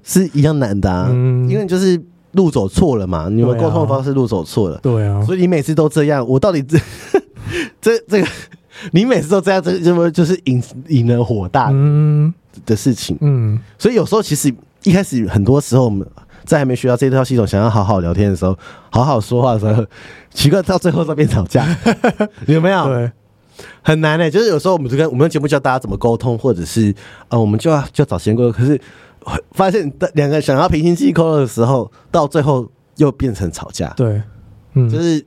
Speaker 2: 是一样难的啊。
Speaker 1: 嗯
Speaker 2: 因为你就是路走错了嘛，你们
Speaker 1: 对啊
Speaker 2: 沟通的方式路走错了，
Speaker 1: 对啊，
Speaker 2: 所以你每次都这样，我到底这 这这个，你每次都这样，这这么就是引引人火大
Speaker 1: 嗯
Speaker 2: 的事情。
Speaker 1: 嗯，
Speaker 2: 所以有时候其实一开始很多时候我们。在还没学到这套系统，想要好好聊天的时候，好好说话的时候，奇怪到最后都变吵 架，有没有？
Speaker 1: 对，
Speaker 2: 很难呢、就是有时候我们就跟我们的节目教大家怎么沟通，或者是呃，我们就要就要找时间沟通，可是呃发现的两个人想要平行沟通的时候，到最后又变成吵架，
Speaker 1: 对，嗯，
Speaker 2: 就是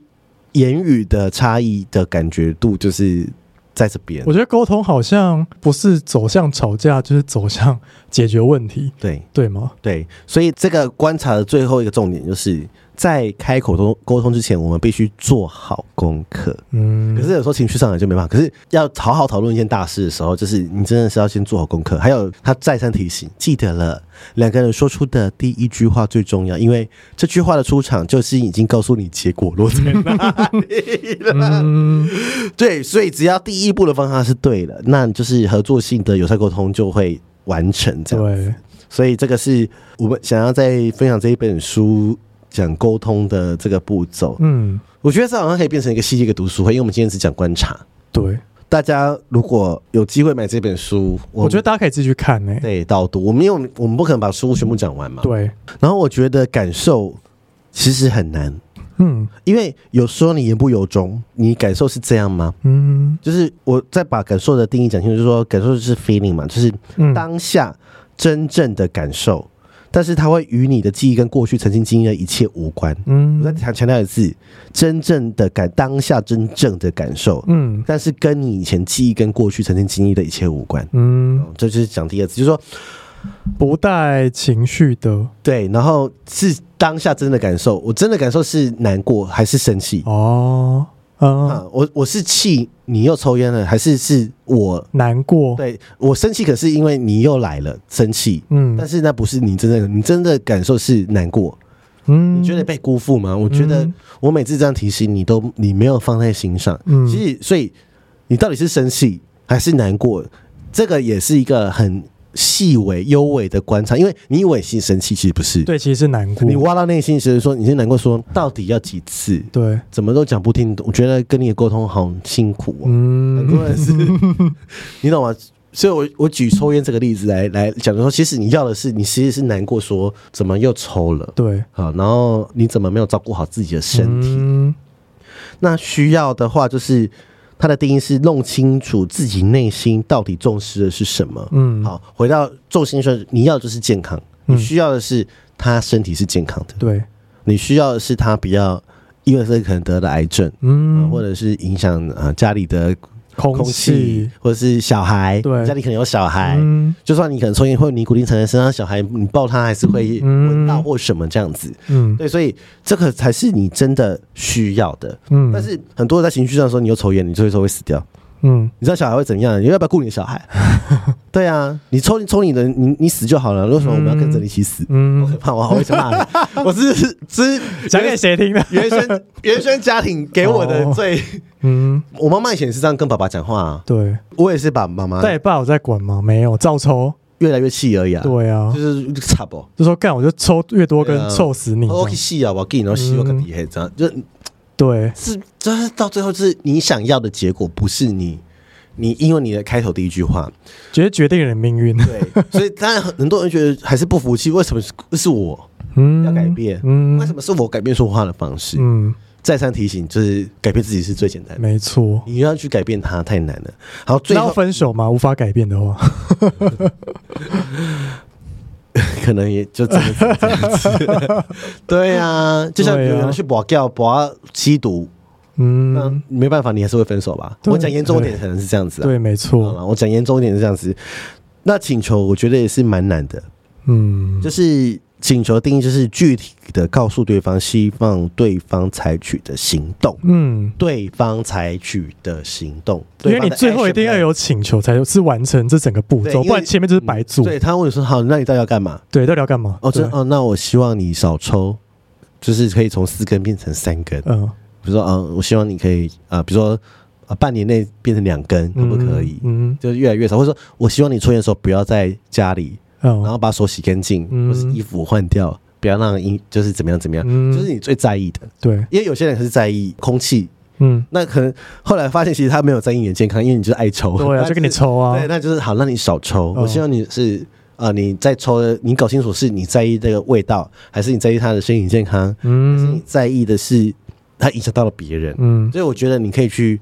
Speaker 2: 言语的差异的感觉度就是在这边
Speaker 1: 我。觉得沟通好像不是走向吵架，就是走向解决问题，
Speaker 2: 对
Speaker 1: 对吗？
Speaker 2: 对，所以这个观察的最后一个重点就是在开口沟沟通之前，我们必须做好功课。
Speaker 1: 嗯，
Speaker 2: 可是有时候情绪上来就没办法。可是要好好讨论一件大事的时候，就是你真的是要先做好功课。还有他再三提醒，记得了，两个人说出的第一句话最重要，因为这句话的出场就是已经告诉你结果 落在哪里了。
Speaker 1: 嗯，
Speaker 2: 对，所以只要第一步的方向是对的，那就是合作性的友善沟通就会完成这样。
Speaker 1: 对，
Speaker 2: 所以这个是我们想要在分享这一本书讲沟通的这个步骤。
Speaker 1: 嗯，
Speaker 2: 我觉得这好像可以变成一个系列的读书会，因为我们今天只讲观察。
Speaker 1: 对。
Speaker 2: 大家如果有机会买这本书，我
Speaker 1: 我觉得大家可以自己去看呢、
Speaker 2: 对导读，我们因为我们我们不可能把书全部讲完嘛。。
Speaker 1: 对，
Speaker 2: 然后我觉得感受其实很难，
Speaker 1: 嗯
Speaker 2: 因为有时候你言不由衷，你感受是这样吗？
Speaker 1: 嗯
Speaker 2: 就是我再把感受的定义讲清楚，就是说感受就是 feeling 嘛，就是
Speaker 1: 嗯，
Speaker 2: 当下真正的感受，但是它会与你的记忆跟过去曾经经历的一切无关。我再
Speaker 1: 嗯
Speaker 2: 强强调一次，真正的感当下真正的感受，
Speaker 1: 嗯
Speaker 2: 但是跟你以前记忆跟过去曾经经历的一切无关。
Speaker 1: 嗯，
Speaker 2: 这就是讲第二次，就是说
Speaker 1: 不带情绪的
Speaker 2: 对，然后是当下真的感受，我真的感受是难过还是生气，
Speaker 1: 哦，嗯，
Speaker 2: 啊，我我是气你又抽烟了，还是是我
Speaker 1: 难过，
Speaker 2: 对我生气？可是因为你又来了，生气。
Speaker 1: 嗯
Speaker 2: 但是那不是你真的，你真的感受是难过。
Speaker 1: 嗯，
Speaker 2: 你觉得被辜负吗？我觉得我每次这样提醒你都你没有放在心上。
Speaker 1: 嗯
Speaker 2: 其实所以你到底是生气还是难过，这个也是一个很细微、幽微的观察，因为你以为是生气，其实不是。
Speaker 1: 对，其实是难过，
Speaker 2: 你挖到内心，其实说你是难过，说到底要几次？
Speaker 1: 对，
Speaker 2: 怎么都讲不听，我觉得跟你的沟通好辛苦哦。很
Speaker 1: 嗯
Speaker 2: 多人是， 你懂吗？所以我，我举抽烟这个例子来来讲说，其实你要的是，你其实是难过说怎么又抽了，
Speaker 1: 对，
Speaker 2: 好，然后你怎么没有照顾好自己的身体？
Speaker 1: 嗯
Speaker 2: 那需要的话，就是它的定义是弄清楚自己内心到底重视的是什么。
Speaker 1: 嗯，
Speaker 2: 好，回到重心说，你要的就是健康，
Speaker 1: 嗯
Speaker 2: 你需要的是他身体是健康的，
Speaker 1: 对，
Speaker 2: 你需要的是他不要因为这个可能得了癌症，
Speaker 1: 嗯，
Speaker 2: 或者是影响呃家里的
Speaker 1: 空
Speaker 2: 空气哎
Speaker 1: 气，，
Speaker 2: 或者是小孩，
Speaker 1: 对
Speaker 2: 家里可能有小孩，
Speaker 1: 嗯
Speaker 2: 就算你可能抽烟会有尼古丁残在身上，小孩你抱他还是会
Speaker 1: 嗯
Speaker 2: 闻到或什么这样子。
Speaker 1: 嗯
Speaker 2: 对，所以这个才是你真的需要的。
Speaker 1: 嗯，
Speaker 2: 但是很多人在情绪上说你又抽烟，你最后说会死掉。
Speaker 1: 嗯
Speaker 2: 你知道小孩会怎样？你要不要顾你的 小孩？对啊，你抽抽你的，你你死就好了。为什么我们要跟着你一起死？
Speaker 1: 嗯，
Speaker 2: 怕我好会骂你， 我是是
Speaker 1: 讲给谁听的？
Speaker 2: 原生 原生家庭给我的
Speaker 1: 哦
Speaker 2: 最，
Speaker 1: 嗯，
Speaker 2: 我妈妈以前也是这样跟爸爸讲话、啊，
Speaker 1: 对，
Speaker 2: 我也是把妈妈
Speaker 1: 但你爸有在管吗？没有，照抽，
Speaker 2: 越来越气而已啊。
Speaker 1: 对啊
Speaker 2: 就，是差不多。
Speaker 1: 就说干，我就抽越多
Speaker 2: 对啊
Speaker 1: 根，臭死你这
Speaker 2: 我去
Speaker 1: 样，
Speaker 2: 戏啊，我给你，然后戏我跟你黑这样，就是
Speaker 1: 对，
Speaker 2: 是，就是到最后是你想要的结果，不是你你因为你的开头第一句话，
Speaker 1: 觉得决定人命 运，
Speaker 2: 对，所以当然很多人觉得还是不服气，为什么是是我
Speaker 1: 嗯，
Speaker 2: 要改变？
Speaker 1: 嗯
Speaker 2: 为什么是我改变说话的方式？
Speaker 1: 嗯，
Speaker 2: 再三提醒，就是改变自己是最简单的，
Speaker 1: 没错。
Speaker 2: 你要去改变它太难了。好，最
Speaker 1: 然后
Speaker 2: 嗯后
Speaker 1: 分手嘛，无法改变的 话，
Speaker 2: 可能也就真的是这样子。对啊，就像
Speaker 1: 对啊
Speaker 2: 有人去bỏ掉、bỏ 吸毒，那
Speaker 1: 嗯，
Speaker 2: 没办法，你还是会分手吧？
Speaker 1: 对
Speaker 2: 我讲严重一点，可能是这样子、啊。
Speaker 1: 对，没
Speaker 2: 好
Speaker 1: 错，
Speaker 2: 啦，我讲严重一点是这样子。那请求我觉得也是蛮难的，
Speaker 1: 嗯，
Speaker 2: 就是请求定义就是具体的告诉对方，希望对方采取的行动，
Speaker 1: 嗯，
Speaker 2: 对方采取的行动。
Speaker 1: 因
Speaker 2: 对
Speaker 1: 为你最后一定要有请求，才是完成这整个步
Speaker 2: 对
Speaker 1: 骤，
Speaker 2: 因为
Speaker 1: 不然前面就是白做
Speaker 2: 方的。action plan。对他问你说好，那你到底要干嘛？
Speaker 1: 对，到底要干嘛？
Speaker 2: 哦，
Speaker 1: 对
Speaker 2: 这哦，那我希望你少抽，就是可以从四根变成三根。
Speaker 1: 嗯，
Speaker 2: 比如说，嗯、我希望你可以啊、呃比如说啊、呃半年内变成两根，可不可以？
Speaker 1: 嗯
Speaker 2: 就是越来越少，或者说我希望你抽烟的时候不要在家里
Speaker 1: 嗯，
Speaker 2: 然后把手洗干净，
Speaker 1: 嗯
Speaker 2: 或是衣服换掉，不要让衣就是怎么样怎么样，
Speaker 1: 嗯
Speaker 2: 就是你最在意的。
Speaker 1: 对，
Speaker 2: 因为有些人是在意空气，
Speaker 1: 嗯，
Speaker 2: 那可能后来发现其实他没有在意你的健康，因为你就是爱抽，
Speaker 1: 对
Speaker 2: 那
Speaker 1: 啊，
Speaker 2: 是
Speaker 1: 就跟你、抽啊
Speaker 2: 对，，那就是好，那你少抽。
Speaker 1: 嗯
Speaker 2: 我希望你是啊、呃你在抽的，你搞清楚是你在意这个味道，还是你在意他的身体健康，还是你
Speaker 1: 嗯
Speaker 2: 在意的是他影响到了别人。
Speaker 1: 嗯，
Speaker 2: 所以我觉得你可以去，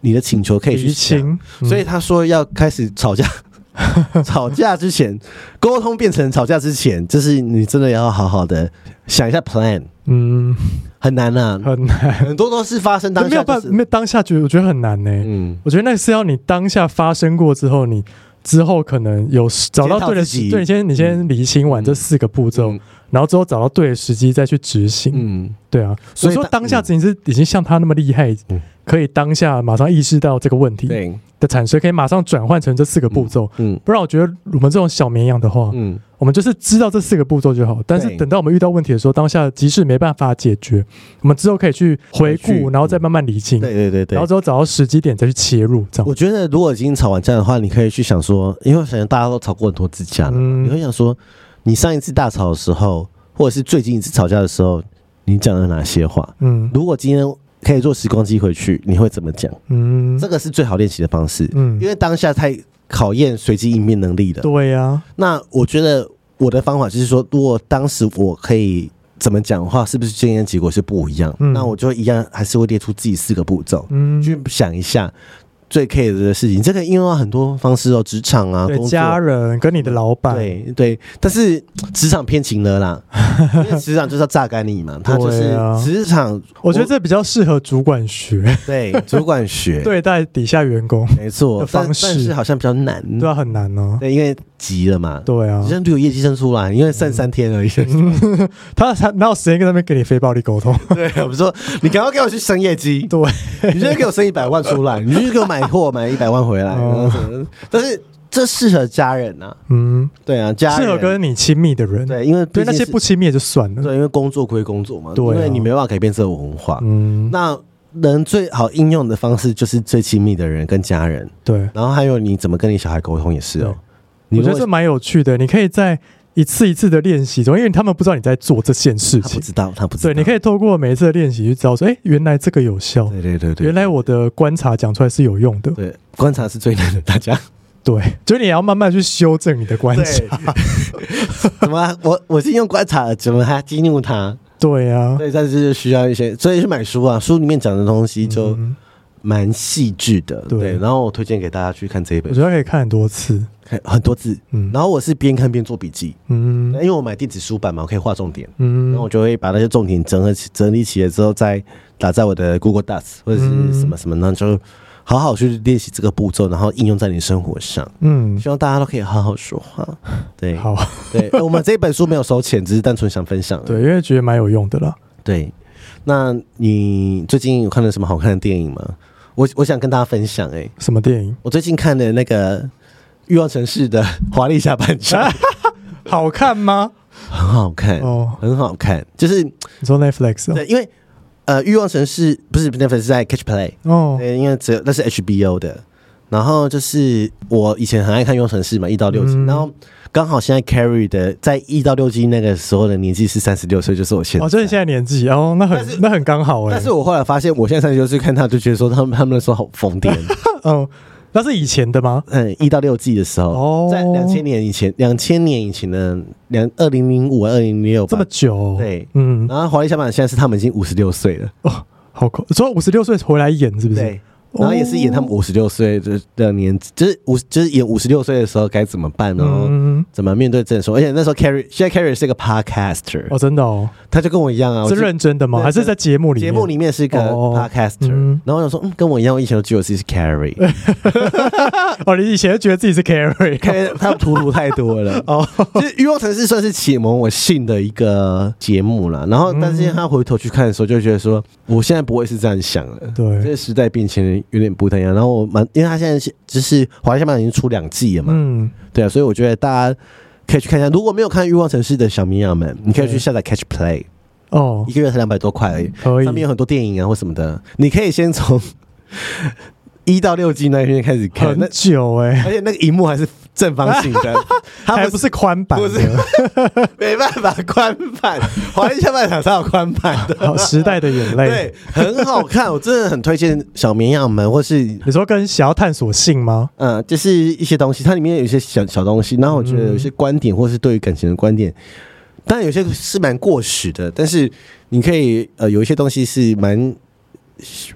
Speaker 2: 你的请求可以去
Speaker 1: 舆
Speaker 2: 想
Speaker 1: 情，
Speaker 2: 所以他说要开始吵架， 吵架之前，沟通变成吵架之前，就是你真的要好好的想一下 plan，
Speaker 1: 嗯，
Speaker 2: 很难 啊
Speaker 1: 嗯，很难，
Speaker 2: 很多都是发生当
Speaker 1: 没
Speaker 2: 下
Speaker 1: 有
Speaker 2: 就
Speaker 1: 办，
Speaker 2: 是，
Speaker 1: 没有当下觉得我觉得很难呢。
Speaker 2: 嗯，
Speaker 1: 我觉得那是要你当下发生过之后，你之后可能有找到对的
Speaker 2: 检讨自
Speaker 1: 时，
Speaker 2: 己
Speaker 1: 对，你先你先理清完这四个步骤
Speaker 2: 嗯，
Speaker 1: 然后之后找到对的时机再去执行。
Speaker 2: 嗯，
Speaker 1: 对啊，所
Speaker 2: 所以
Speaker 1: 以说
Speaker 2: 大
Speaker 1: 当下你是已经像他那么厉害
Speaker 2: 嗯，
Speaker 1: 可以当下马上意识到这个问题
Speaker 2: 对，
Speaker 1: 的产生，可以马上转换成这四个步骤。
Speaker 2: 嗯
Speaker 1: 不然我觉得我们这种小绵羊的话，
Speaker 2: 嗯，
Speaker 1: 我们就是知道这四个步骤就好。但是
Speaker 2: 对
Speaker 1: 等到我们遇到问题的时候，当下即使没办法解决，我们之后可以去回
Speaker 2: 回去
Speaker 1: 顾，然后再慢慢理清，
Speaker 2: 对对对
Speaker 1: 然后
Speaker 2: 对。
Speaker 1: 之后找到时机点再去切入，这样
Speaker 2: 我。觉得如果已经吵完架的话，你可以去想说，因为我想大家都吵过很多次架了，
Speaker 1: 嗯
Speaker 2: 你会想说，你上一次大吵的时候，或者是最近一次吵架的时候，你讲了哪些话？
Speaker 1: 嗯
Speaker 2: 如果今天可以坐时光机回去，你会怎么讲？
Speaker 1: 嗯
Speaker 2: 这个是最好练习的方式，
Speaker 1: 嗯
Speaker 2: 因，为当下太考验随机应变能力了。
Speaker 1: 对呀，
Speaker 2: 那我觉得我的方法就是说，如果当时我可以怎么讲的话，是不是今天的结果是不一样？
Speaker 1: 嗯
Speaker 2: 那我就一样还是会列出自己四个步骤，
Speaker 1: 嗯，
Speaker 2: 去想一下最 care 的事情。这个应用到很多方式哦，职场啊，
Speaker 1: 对啊
Speaker 2: 工作。
Speaker 1: 家人跟你的老板，
Speaker 2: 对对，但是职场偏情了 啦，因为职场就是要榨干你嘛，他就是
Speaker 1: 对啊
Speaker 2: 职场，
Speaker 1: 我觉得这比较适合主管学
Speaker 2: 对主管学，
Speaker 1: 对待底下员工，
Speaker 2: 没错
Speaker 1: 的，
Speaker 2: 但
Speaker 1: 方式
Speaker 2: 但是好像比较难，
Speaker 1: 对啊，很难哦。
Speaker 2: 对，因为急了嘛。
Speaker 1: 对啊嗯
Speaker 2: 只，剩旅游业绩生出来，因为剩三天而已。
Speaker 1: 他他哪有时间跟他们跟你非暴力沟通？
Speaker 2: 对，我们说你赶快给我去生业 绩，
Speaker 1: 对，
Speaker 2: 你就给我生一百万出来，你就给我买货买一百万回来。
Speaker 1: 哦
Speaker 2: 但是这适合家人啊，
Speaker 1: 嗯，
Speaker 2: 对啊，家人
Speaker 1: 适合跟你亲密的人，
Speaker 2: 对，因为
Speaker 1: 对
Speaker 2: 对
Speaker 1: 那些不亲密也就算了，
Speaker 2: 对，因为工作归工作嘛，
Speaker 1: 对啊
Speaker 2: 因为你没办法改变这个文化。
Speaker 1: 嗯，
Speaker 2: 那能最好应用的方式就是最亲密的人跟家人，
Speaker 1: 对，
Speaker 2: 然后还有你怎么跟你小孩沟通也是哦。你
Speaker 1: 我觉
Speaker 2: 如
Speaker 1: 得这
Speaker 2: 果
Speaker 1: 蛮有趣的，你可以在一次一次的练习中，因为他们不知道你在做这件事
Speaker 2: 他
Speaker 1: 情
Speaker 2: 不，知道，他不知道，
Speaker 1: 对，你可以透过每一次的练习去知道说，哎，原来这个有效，
Speaker 2: 对对对对，
Speaker 1: 原来我的观察讲出来是有用的，
Speaker 2: 对观察是最难的，大家。
Speaker 1: 对，就是你也要慢慢去修正你的观察，
Speaker 2: 怎么啊、我我是用观察，怎么还激怒他？
Speaker 1: 对啊，
Speaker 2: 对，但是就需要一些，所以去买书啊，书里面讲的东西就
Speaker 1: 嗯
Speaker 2: 蛮细致的。
Speaker 1: 对
Speaker 2: 对，然后我推荐给大家去看这一
Speaker 1: 我
Speaker 2: 本
Speaker 1: 觉
Speaker 2: 书，
Speaker 1: 得可以看很多次，
Speaker 2: 看很多字。
Speaker 1: 嗯
Speaker 2: 然后我是边看边做笔记，
Speaker 1: 嗯
Speaker 2: 因为我买电子书版嘛，我可以画重点，然后
Speaker 1: 嗯
Speaker 2: 我就会把那些重点整合起、整理起来之后，再打在我的 Google Docs 或者是
Speaker 1: 嗯
Speaker 2: 什么什么，然后就好好去练习这个步骤，然后应用在你生活上。
Speaker 1: 嗯，
Speaker 2: 希望大家都可以好好说话。 对，
Speaker 1: 好，
Speaker 2: 对，呃我们这本书没有收钱，只是单纯想分享而已。
Speaker 1: 对，因为觉得蛮有用的啦。
Speaker 2: 对，那你最近有看了什么好看的电影吗？我我想跟大家分享、欸，
Speaker 1: 什么电影？
Speaker 2: 我最近看的那个《欲望城市》的《华丽下半 场》
Speaker 1: 好看吗？
Speaker 2: 很好看，
Speaker 1: 哦，
Speaker 2: 很好看，就是
Speaker 1: 你说 Netflix 哦
Speaker 2: 对，因为呃，《欲望城市》不是 Netflix 是在 Catch Play，
Speaker 1: 哦，
Speaker 2: 对，因为只有那是 HBO 的。然后就是我以前很爱看《欲望城市》嘛，一到六集，
Speaker 1: 嗯
Speaker 2: 然后刚好现在 Carrie 的在一到六集那个时候的年纪是三十六岁，就是我现
Speaker 1: 哦，
Speaker 2: 在。
Speaker 1: 就是你现在年纪哦，那
Speaker 2: 但是
Speaker 1: 很那很刚好哎。
Speaker 2: 但是我后来发现，我现在三十六岁看他，就觉得说他们他们那时候好疯 癫。
Speaker 1: 哦，那是以前的吗？
Speaker 2: 嗯，一到六季的时候，
Speaker 1: 哦
Speaker 2: 在两千年以前，两千年以前的两二零零五、啊二零零六
Speaker 1: 这么久？
Speaker 2: 对
Speaker 1: 嗯，
Speaker 2: 然后华丽小马现在是他们已经五十六岁了，
Speaker 1: 哦，好酷！所以五十六岁回来演是不是？
Speaker 2: 对，。然后也是演他
Speaker 1: 哦
Speaker 2: 们五十六岁的的年纪，就是五就是演五十六岁的时候该怎么办呢？
Speaker 1: 嗯，
Speaker 2: 怎么面对这种？而且那时候 Carrie 现在 Carrie 是一个 podcaster，、
Speaker 1: 哦，真的哦，
Speaker 2: 他就跟我一样啊，我
Speaker 1: 是
Speaker 2: 就
Speaker 1: 认真的吗？
Speaker 2: 对
Speaker 1: 还是在节目里面？
Speaker 2: 节目里面是一个
Speaker 1: 哦
Speaker 2: podcaster，、
Speaker 1: 嗯
Speaker 2: 然后我想说，嗯，跟我一样，我以前都觉得我自己是 Carrie，
Speaker 1: 哦，你以前就觉得自己是 Carrie。
Speaker 2: 看他们荼毒太多了
Speaker 1: 哦，
Speaker 2: 其实《欲望城市》算是启蒙我性的一个节目了，然后
Speaker 1: 嗯
Speaker 2: 但是他回头去看的时候，就觉得说，我现在不会是这样想了。这
Speaker 1: 对，
Speaker 2: 时代变迁有点不太一样，然后我蛮，因为他现在是就是《华夏漫已经出两季了嘛，
Speaker 1: 嗯，
Speaker 2: 对啊，所以我觉得大家可以去看一下。如果没有看《欲望城市》的小绵羊们，你可以去下载 Catch Play，
Speaker 1: 哦
Speaker 2: 一，个月才两百多块而已，
Speaker 1: 可以
Speaker 2: 上面有很多电影啊或什么的，你可以先从 一到六季那一边开始看，呃那
Speaker 1: 很久哎，
Speaker 2: 而且那个荧幕还是正方形 的，它
Speaker 1: 还
Speaker 2: 不
Speaker 1: 不
Speaker 2: 是
Speaker 1: 是宽版
Speaker 2: 不是
Speaker 1: 的，
Speaker 2: 没办法 宽版，华丽下半场才有宽版的，
Speaker 1: 好时代的眼泪。
Speaker 2: 对，很好看，我真的很推荐小绵羊们，或是
Speaker 1: 你说跟想要探索性吗？
Speaker 2: 呃，就是一些东西，它里面有一些小小东西，然后我觉得有一些观点，或是对于感情的观点，当然有些是蛮过时的，但是你可以呃，有一些东西是蛮。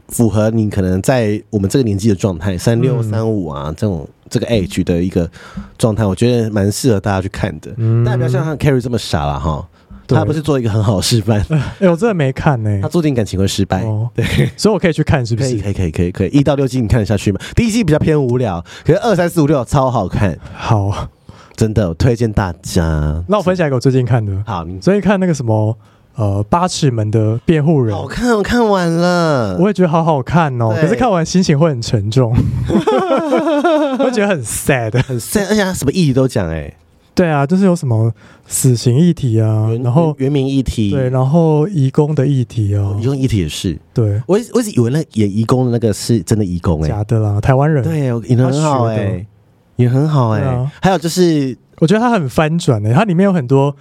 Speaker 2: 符合你可能在我们这个年纪的状态，三六
Speaker 1: 嗯
Speaker 2: 三五啊，这种这个 age 的一个状态，我觉得蛮适合大家去看的。
Speaker 1: 嗯，
Speaker 2: 但不要像像 Carrie 这么傻了哈，
Speaker 1: 对
Speaker 2: 他不是做一个很好的示范，
Speaker 1: 哎，我真的没看呢。
Speaker 2: 他注定感情会失败。
Speaker 1: 哦，对，所以我可以去看，是不
Speaker 2: 可以
Speaker 1: 是？
Speaker 2: 可以可以可以可以，一到六季你看得下去吗？第一季比较偏无聊，可是二三四五六超好看，
Speaker 1: 好，
Speaker 2: 真的我推荐大家。
Speaker 1: 那我分享一个我最近看的，
Speaker 2: 好，你
Speaker 1: 最近看那个什么，呃，八尺门的辩护人，
Speaker 2: 好看，哦我看完了
Speaker 1: 我。也觉得好好看哦。
Speaker 2: 对
Speaker 1: 可是看完心情会很沉 重，会觉得很 sad。
Speaker 2: 很 sad，而且他什么议题都讲哎、
Speaker 1: 对啊，就是有什么死刑议题啊
Speaker 2: 原，
Speaker 1: 然后
Speaker 2: 原名议题，
Speaker 1: 对，然后移工的议题啊，
Speaker 2: 移工议题也是，
Speaker 1: 对，
Speaker 2: 我一直我一直以为那演移工的那个是真的移工哎、
Speaker 1: 假的啦，台湾人。啊
Speaker 2: 对，演的很好哎、
Speaker 1: 他学的
Speaker 2: 也很好哎、
Speaker 1: 对啊
Speaker 2: 还有就是
Speaker 1: 我觉得它很翻转的、它里面有很多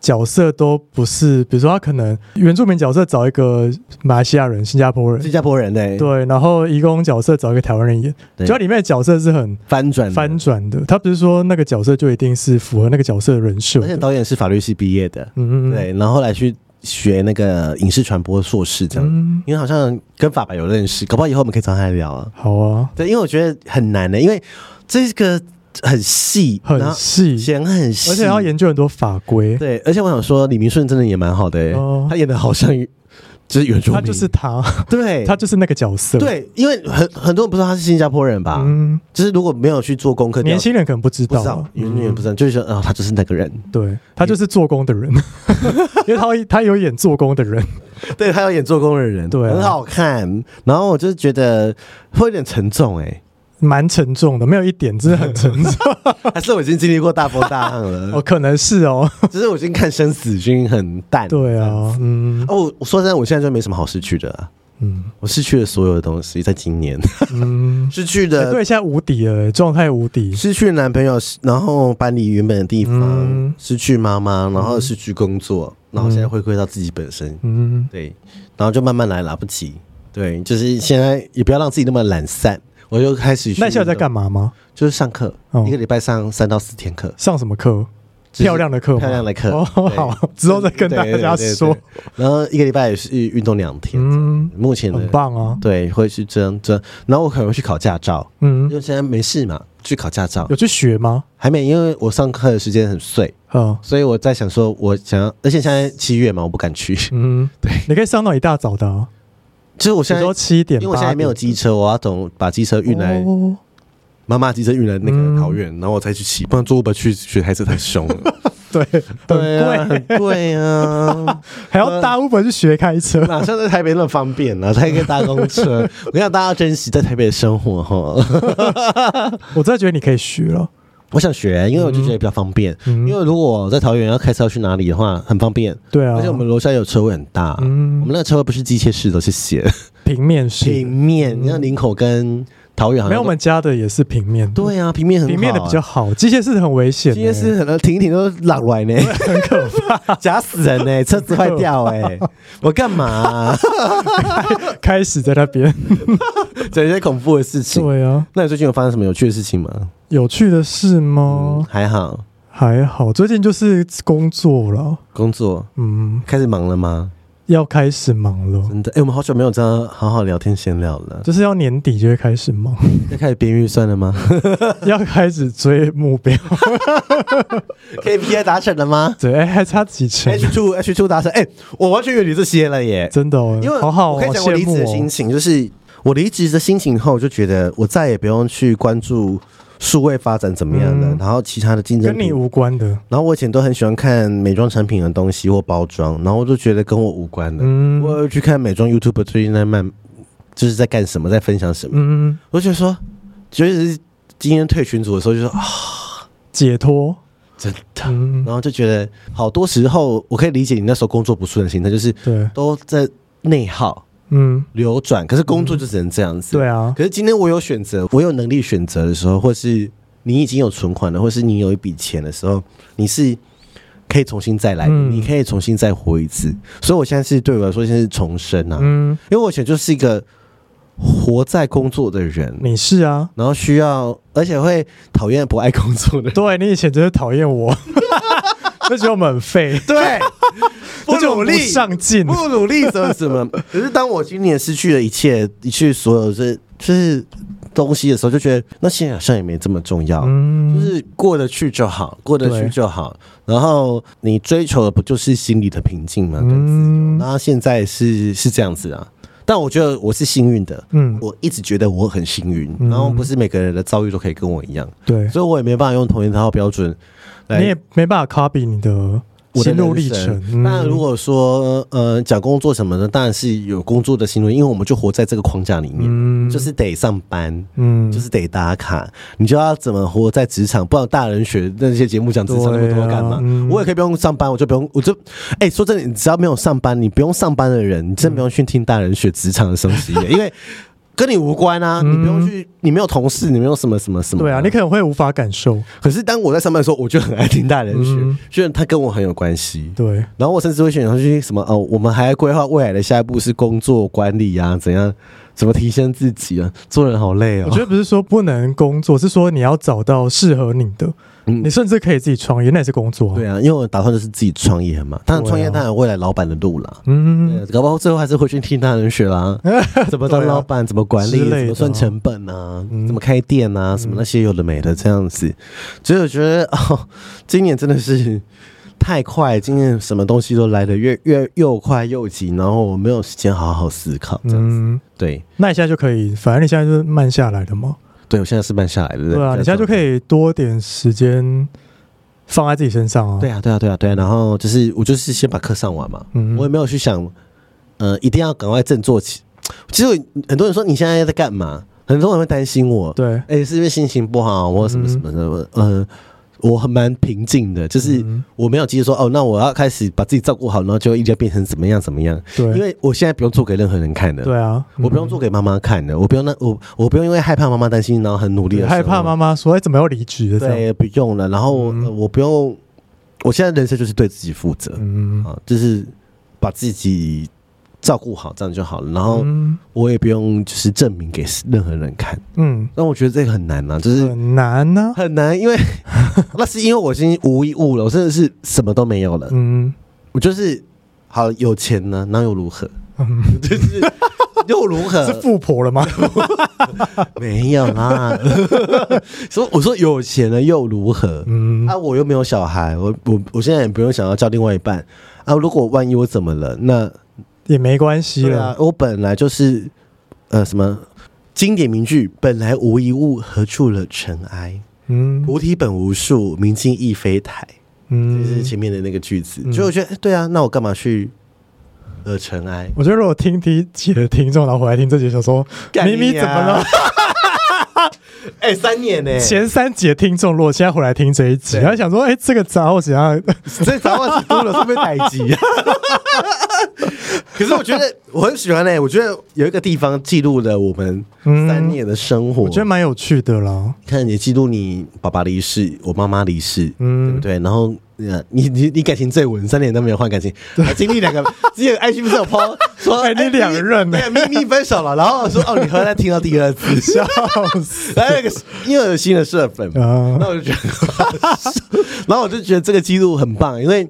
Speaker 1: 角色都不是，比如说他可能原住民角色找一个马来西亚人、新加坡人
Speaker 2: 新，加坡人哎、
Speaker 1: 对，然后移工角色找一个台湾人演，
Speaker 2: 对
Speaker 1: 就它里面的角色是很
Speaker 2: 翻转的
Speaker 1: 翻转的，他不是说那个角色就一定是符合那个角色的人设
Speaker 2: 而且
Speaker 1: 的，
Speaker 2: 导演是法律系毕业的，
Speaker 1: 嗯，
Speaker 2: 对，然后后来去学那个影视传播硕士这样，
Speaker 1: 嗯，
Speaker 2: 因为好像跟法白有认识，搞不好以后我们可以找他来聊啊。
Speaker 1: 好啊，
Speaker 2: 对，因为我觉得很难的、因为这个很细，然
Speaker 1: 很
Speaker 2: 后
Speaker 1: 细，
Speaker 2: 显很细，
Speaker 1: 而且要研究很多法规，
Speaker 2: 对，而且我想说李明顺真的也蛮好的、欸，
Speaker 1: 哦
Speaker 2: 他演的好像就是原住
Speaker 1: 他
Speaker 2: 民，
Speaker 1: 就是他，
Speaker 2: 对，
Speaker 1: 他就是那个角色。，
Speaker 2: 对，啊因为很很多人不知道他是新加坡人吧？
Speaker 1: 嗯，
Speaker 2: 就是如果没有去做功课，
Speaker 1: 年轻人可能不知
Speaker 2: 不
Speaker 1: 道啊嗯
Speaker 2: 知道，原住民不知道，就是说啊，他就是那个 人，
Speaker 1: 对他就是做工的人， 因为他会他有演做工的人，
Speaker 2: 对他要演做工的人，
Speaker 1: 对啊
Speaker 2: 很好看。然后我就是觉得会有点沉重哎、
Speaker 1: 蛮沉重的，没有一点，真的很沉 重。
Speaker 2: 还是我已经经历过大风大浪了
Speaker 1: 哦，，可能是哦，
Speaker 2: 只是我已经看生死已经很淡。
Speaker 1: 对啊，嗯
Speaker 2: 哦，我我说真的，我现在就没什么好失去的啊、
Speaker 1: 嗯
Speaker 2: 我失去了所有的东西，在今年
Speaker 1: 嗯，
Speaker 2: 失去
Speaker 1: 哎
Speaker 2: 的、
Speaker 1: 对，现在无敌了，状态无敌，
Speaker 2: 失去男朋友，然后搬离原本的地方，
Speaker 1: 嗯
Speaker 2: 失去妈妈，然后失去工作，然后现在回归到自己本身，
Speaker 1: 嗯，
Speaker 2: 对，然后就慢慢来，来不及。对，就是现在也不要让自己那么懒散。我就开始去
Speaker 1: 那你现在在干
Speaker 2: 嘛？
Speaker 1: 嘛吗？
Speaker 2: 就是上课，
Speaker 1: 哦
Speaker 2: 一个礼拜上三到四天课，
Speaker 1: 上什么课？
Speaker 2: 就是
Speaker 1: 漂亮的课吗，
Speaker 2: 漂亮的课
Speaker 1: 哦，
Speaker 2: 对
Speaker 1: 好，之后再 跟大
Speaker 2: 对
Speaker 1: 家说。。
Speaker 2: 对对对 对然后一个礼拜也是运动两天，
Speaker 1: 嗯，
Speaker 2: 目前的
Speaker 1: 很棒啊，
Speaker 2: 对，会是这样这样。然后我可能会去考驾照，因
Speaker 1: 嗯，
Speaker 2: 为现在没事嘛，去考驾照
Speaker 1: 有去学吗？
Speaker 2: 还没，因为我上课的时间很碎，
Speaker 1: 嗯
Speaker 2: 所以我在想说，我想要，而且现在七月嘛，我不敢去。
Speaker 1: 嗯，
Speaker 2: 对，
Speaker 1: 你可以上到一大早的啊，
Speaker 2: 就是我
Speaker 1: 比
Speaker 2: 现
Speaker 1: 如
Speaker 2: 在，
Speaker 1: 说七点，
Speaker 2: 因为我现在没有机车，我要等把机车运来
Speaker 1: 哦
Speaker 2: 妈妈机车运来那
Speaker 1: 嗯
Speaker 2: 个桃园，然后我才去骑，不然坐 Uber 去学还是太凶 了。
Speaker 1: 对，
Speaker 2: 对啊，
Speaker 1: 很贵，
Speaker 2: 很 贵啊！
Speaker 1: 还要搭 Uber 去学开车。
Speaker 2: 哪像在台北那么方便啊？才可以搭公车。我跟你讲，大家要珍惜在台北的生 活哈。
Speaker 1: 我真的觉得你可以学了，
Speaker 2: 我想学，啊因为我就觉得比较方便。
Speaker 1: 嗯
Speaker 2: 因为如果我在桃园要开车要去哪里的话，很方便。
Speaker 1: 对啊，
Speaker 2: 而且我们楼下有车位很大，
Speaker 1: 嗯
Speaker 2: 我们那个车位不是机械式的，谢谢。
Speaker 1: 平面式，
Speaker 2: 平面，你看林口跟桃园
Speaker 1: 嗯
Speaker 2: 好像
Speaker 1: 没有
Speaker 2: 都
Speaker 1: 我们家的也是平面的，
Speaker 2: 对啊，平面很好
Speaker 1: 平面的比较
Speaker 2: 啊。
Speaker 1: 好，机械式很危险欸，
Speaker 2: 机械式很多停一停都落来呢，很可 怕，夹欸死人呢、车子坏掉哎、 我干嘛啊、
Speaker 1: 欸开始在那 边，
Speaker 2: 讲一些恐怖的事情。
Speaker 1: 对啊，
Speaker 2: 那你最近有发生什么有趣的事情吗？
Speaker 1: 有趣的事
Speaker 2: 嗯
Speaker 1: 吗？
Speaker 2: 还好，
Speaker 1: 还好，最近就是工作了，
Speaker 2: 工作
Speaker 1: 嗯，
Speaker 2: 开始忙了吗？
Speaker 1: 要开始忙了，
Speaker 2: 真的，哎、我们好久没有这样好好聊天闲聊了。
Speaker 1: 就是要年底就会开始 忙，
Speaker 2: 要开始编预算 了吗
Speaker 1: 要开始追目标，
Speaker 2: ？KPI 达成了吗
Speaker 1: 对，哎还差几成，
Speaker 2: ？H two H two 达成，哎、我完全远离这些了耶。
Speaker 1: 真的哦，
Speaker 2: 因为
Speaker 1: 好好
Speaker 2: 我
Speaker 1: 哦，
Speaker 2: 可以讲我
Speaker 1: 羡
Speaker 2: 离
Speaker 1: 慕
Speaker 2: 职的心
Speaker 1: 哦，
Speaker 2: 情，就是我离职的心情后，就觉得我再也不用去关注数位发展怎么样了，
Speaker 1: 嗯
Speaker 2: 然后其他的竞争
Speaker 1: 跟你
Speaker 2: 品。
Speaker 1: 无关的，
Speaker 2: 然后我以前都很喜欢看美妆产品的东西或包装，然后我就觉得跟我无关的。
Speaker 1: 嗯
Speaker 2: 我有去看美妆 YouTube 最近在卖，就是在干什么，在分享什么。
Speaker 1: 嗯，
Speaker 2: 我就觉得说，就是今天退群组的时候，就说啊，
Speaker 1: 解脱，
Speaker 2: 真的。
Speaker 1: 嗯，
Speaker 2: 然后就觉得好多时候，我可以理解你那时候工作不顺的心态，就是
Speaker 1: 对，
Speaker 2: 都在内耗
Speaker 1: 嗯，
Speaker 2: 流转，可是工作就只能这样子。
Speaker 1: 对啊，
Speaker 2: 可是今天我有选择，我有能力选择的时候，或是你已经有存款了，或是你有一笔钱的时候，你是可以重新再来的，
Speaker 1: 嗯
Speaker 2: 你可以重新再活一次。所以我现在是对我来说，现在是重生啊，
Speaker 1: 嗯，
Speaker 2: 因为我以前就是一个活在工作的人，
Speaker 1: 你是啊，
Speaker 2: 然后需要，而且会讨厌不爱工作的人。
Speaker 1: 对你以前真是讨厌 我，就觉得我们很废，
Speaker 2: 对，不
Speaker 1: 就觉得我
Speaker 2: 努
Speaker 1: 们
Speaker 2: 力，
Speaker 1: 上进，
Speaker 2: 不努力，怎么 怎么？可是当我今年失去了一切，一切所有这就是东西的时候，就觉得那些好像也没这么重要。就
Speaker 1: 嗯，
Speaker 2: 是过得去就好，过得去
Speaker 1: 对
Speaker 2: 就好。然后你追求的不就是心里的平静吗？
Speaker 1: 嗯
Speaker 2: 然后现在是是这样子啊，但我觉得我是幸运的，
Speaker 1: 嗯，
Speaker 2: 我一直觉得我很幸运。
Speaker 1: 嗯
Speaker 2: 然后不是每个人的遭遇都可以跟我一样，
Speaker 1: 对，
Speaker 2: 所以我也没办法用同一套标准来
Speaker 1: 你也没办法 copy 你的
Speaker 2: 我的
Speaker 1: 心路
Speaker 2: 人
Speaker 1: 历
Speaker 2: 生
Speaker 1: 程。嗯
Speaker 2: 那如果说呃讲工作什么的，当然是有工作的心路，因为我们就活在这个框架里面，
Speaker 1: 嗯
Speaker 2: 就是得上班，
Speaker 1: 嗯
Speaker 2: 就是得打卡，你就要怎么活在职场，不然大人学那些节目讲职场那么
Speaker 1: 对
Speaker 2: 多
Speaker 1: 啊
Speaker 2: 干嘛？
Speaker 1: 嗯
Speaker 2: 我也可以不用上班，我就不用，我就哎、说真的，你只要没有上班，你不用上班的人，你真不用去听大人学职场的东西， 因为跟你无关啊，你不用去，你没有同事，你没有什么什么什
Speaker 1: 嗯
Speaker 2: 么，
Speaker 1: 对啊，你可能会无法感受，
Speaker 2: 可是当我在上班的时候，我就很爱听大人学，
Speaker 1: 嗯
Speaker 2: 觉得他跟我很有关系。
Speaker 1: 对，
Speaker 2: 然后我甚至会选上去什么哦，我们还要规划未来的下一步是工作管理啊，怎样，怎么提升自己啊，做人好累
Speaker 1: 我
Speaker 2: 哦
Speaker 1: 觉。得不是说不能工作，是说你要找到适合你的，
Speaker 2: 嗯
Speaker 1: 你甚至可以自己创业，那也是工作啊。
Speaker 2: 对啊，因为我打算就是自己创业嘛，当然创业
Speaker 1: 对啊
Speaker 2: 当然有未来老板的路啦。
Speaker 1: 嗯，
Speaker 2: 对搞不好最后还是回去听大人学 啦，怎么当老板，怎么管
Speaker 1: 之
Speaker 2: 理，
Speaker 1: 类的啊
Speaker 2: 怎么算成本啊，
Speaker 1: 嗯
Speaker 2: 怎么开店啊，什么那些有的没的这样子。所以我觉得哦，今年真的是太快，今天什么东西都来的越越又快又急，然后我没有时间好好思考，这样子。
Speaker 1: 嗯，
Speaker 2: 对，
Speaker 1: 那你现在就可以，反正你现在就是慢下来的嘛，
Speaker 2: 对我现在是慢下来的，
Speaker 1: 对啊，你现在就可
Speaker 2: 以。
Speaker 1: 以多点时间放在自己身上啊。
Speaker 2: 对，啊，对啊，对啊，对啊。然后就是我就是先把课上完嘛，
Speaker 1: 嗯
Speaker 2: 我也没有去想，呃，一定要赶快振作起。其实我很多人说你现在在干嘛，很多人会担心我，
Speaker 1: 对，
Speaker 2: 哎、是因为心情不好啊或什么什么什么，嗯、呃，我很蛮平静的，就是
Speaker 1: 嗯
Speaker 2: 我没有急着说哦，那我要开始把自己照顾好，然后就一直变成怎么样怎么样，
Speaker 1: 对，
Speaker 2: 因为我现在不用做给任何人看的，
Speaker 1: 对啊，
Speaker 2: 我不用做给妈妈看的，我不用那我我不用因为害怕妈妈担心，然后很努力
Speaker 1: 嗯
Speaker 2: 的
Speaker 1: 害怕妈妈说哎怎么要离职了这样，
Speaker 2: 对，不用了。然后、呃我不用，我现在人生就是对自己负责、
Speaker 1: 嗯
Speaker 2: 啊，就是把自己照顾好，这样就好了。然后
Speaker 1: 嗯
Speaker 2: 我也不用就是证明给任何人看。
Speaker 1: 嗯，
Speaker 2: 但我觉得这个很难啊，就是
Speaker 1: 很难呢，
Speaker 2: 很难，因为那是因为我已经无一物了，我真的是什么都没有了。
Speaker 1: 嗯
Speaker 2: 我就是好有钱呢，那又如何？
Speaker 1: 嗯，
Speaker 2: 就是又如 何？
Speaker 1: 是富婆 了吗？
Speaker 2: 啊没有啦。 所以我说有钱了又如何？
Speaker 1: 嗯
Speaker 2: 啊，我又没有小孩，我我我现在也不用想要叫另外一半啊。如果万一我怎么了，那
Speaker 1: 也没关系
Speaker 2: 对
Speaker 1: 了
Speaker 2: 啊，，我本来就是呃什么经典名句“本来无一物，何处惹尘埃？
Speaker 1: 嗯
Speaker 2: 菩提本无树，明镜亦非台。”这是
Speaker 1: 嗯，
Speaker 2: 前面的那个句子，
Speaker 1: 嗯
Speaker 2: 所以我觉得、哎对啊，那我干嘛去惹尘埃？
Speaker 1: 我觉得如果听第一集的听众，然后回来听这集，想说
Speaker 2: 干
Speaker 1: 咪咪
Speaker 2: 你
Speaker 1: 怎
Speaker 2: 啊
Speaker 1: 么了？
Speaker 2: 哎、三年呢、
Speaker 1: 前三集的听众，如果现在回来听这一集，
Speaker 2: 对
Speaker 1: 然后想说，哎、这个杂货怎样？
Speaker 2: 这早晚是多了，是不是逮鸡？ 可是我觉得我很喜欢呢、我觉得有一个地方记录了我们
Speaker 1: 嗯
Speaker 2: 三年的生活。
Speaker 1: 我觉得蛮有趣的啦。
Speaker 2: 看你记录你爸爸离世，我妈妈离世，
Speaker 1: 嗯
Speaker 2: 对不对？然后呃，你你你感情最稳，三年都没有换感情，还经历两 个，之前 IG 不是有 PO 说，
Speaker 1: 哎你两任呢
Speaker 2: 对，秘密分手了，然后我说哦，你回来听到第二 次，笑死，然后那个因为有新的社粉，
Speaker 1: 啊
Speaker 2: 那我就觉得， 然后我就觉得这个记录很棒，因为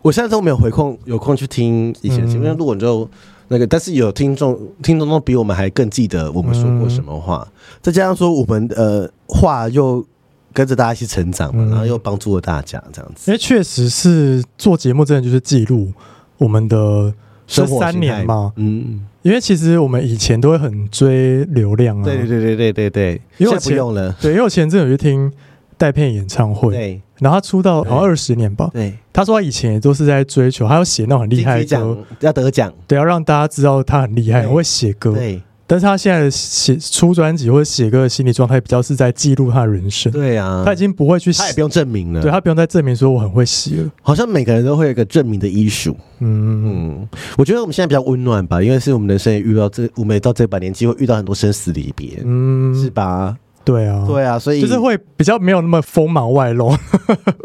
Speaker 2: 我现在都没有回空有空去听以前的
Speaker 1: 嗯
Speaker 2: 节目，因为录完之后。那个，但是有听众，听众都比我们还更记得我们说过什么话，
Speaker 1: 嗯
Speaker 2: 再加上说我们呃话又跟着大家一起成长
Speaker 1: 嗯
Speaker 2: 嘛，然后又帮助了大家这样子。
Speaker 1: 因为确实是做节目，真的就是记录我们的这
Speaker 2: 生活
Speaker 1: 三
Speaker 2: 形态
Speaker 1: 年嘛。
Speaker 2: 嗯，
Speaker 1: 因为其实我们以前都会很追流量啊，
Speaker 2: 对对对对对对对，
Speaker 1: 因为
Speaker 2: 现
Speaker 1: 我
Speaker 2: 在不用了。
Speaker 1: 对因为我前阵有去听戴佩演唱会，
Speaker 2: 对
Speaker 1: 然后他出道好像二十年吧，
Speaker 2: 对，
Speaker 1: 他说他以前也都是在追求，他要写那种很 厉害
Speaker 2: 金曲
Speaker 1: 的歌，
Speaker 2: 奖要得奖，
Speaker 1: 对，要让大家知道他很厉害，
Speaker 2: 对
Speaker 1: 很会写歌。
Speaker 2: 对
Speaker 1: 但是他现在的写出专辑或者写歌的心理状态，比较是在记录他的人生，
Speaker 2: 对啊，
Speaker 1: 他已经不会去写
Speaker 2: 他也不用证明了。
Speaker 1: 对啊他不用再证明说我很会写了。
Speaker 2: 好像每个人都会有一个证明的医术。
Speaker 1: 嗯，
Speaker 2: 嗯，我觉得我们现在比较温暖吧，因为是我们人生也遇到这，我们也到这把年纪会遇到很多生死离别，
Speaker 1: 嗯，
Speaker 2: 是吧？
Speaker 1: 对啊，
Speaker 2: 对啊，所以
Speaker 1: 就是会比较没有那么锋芒外露，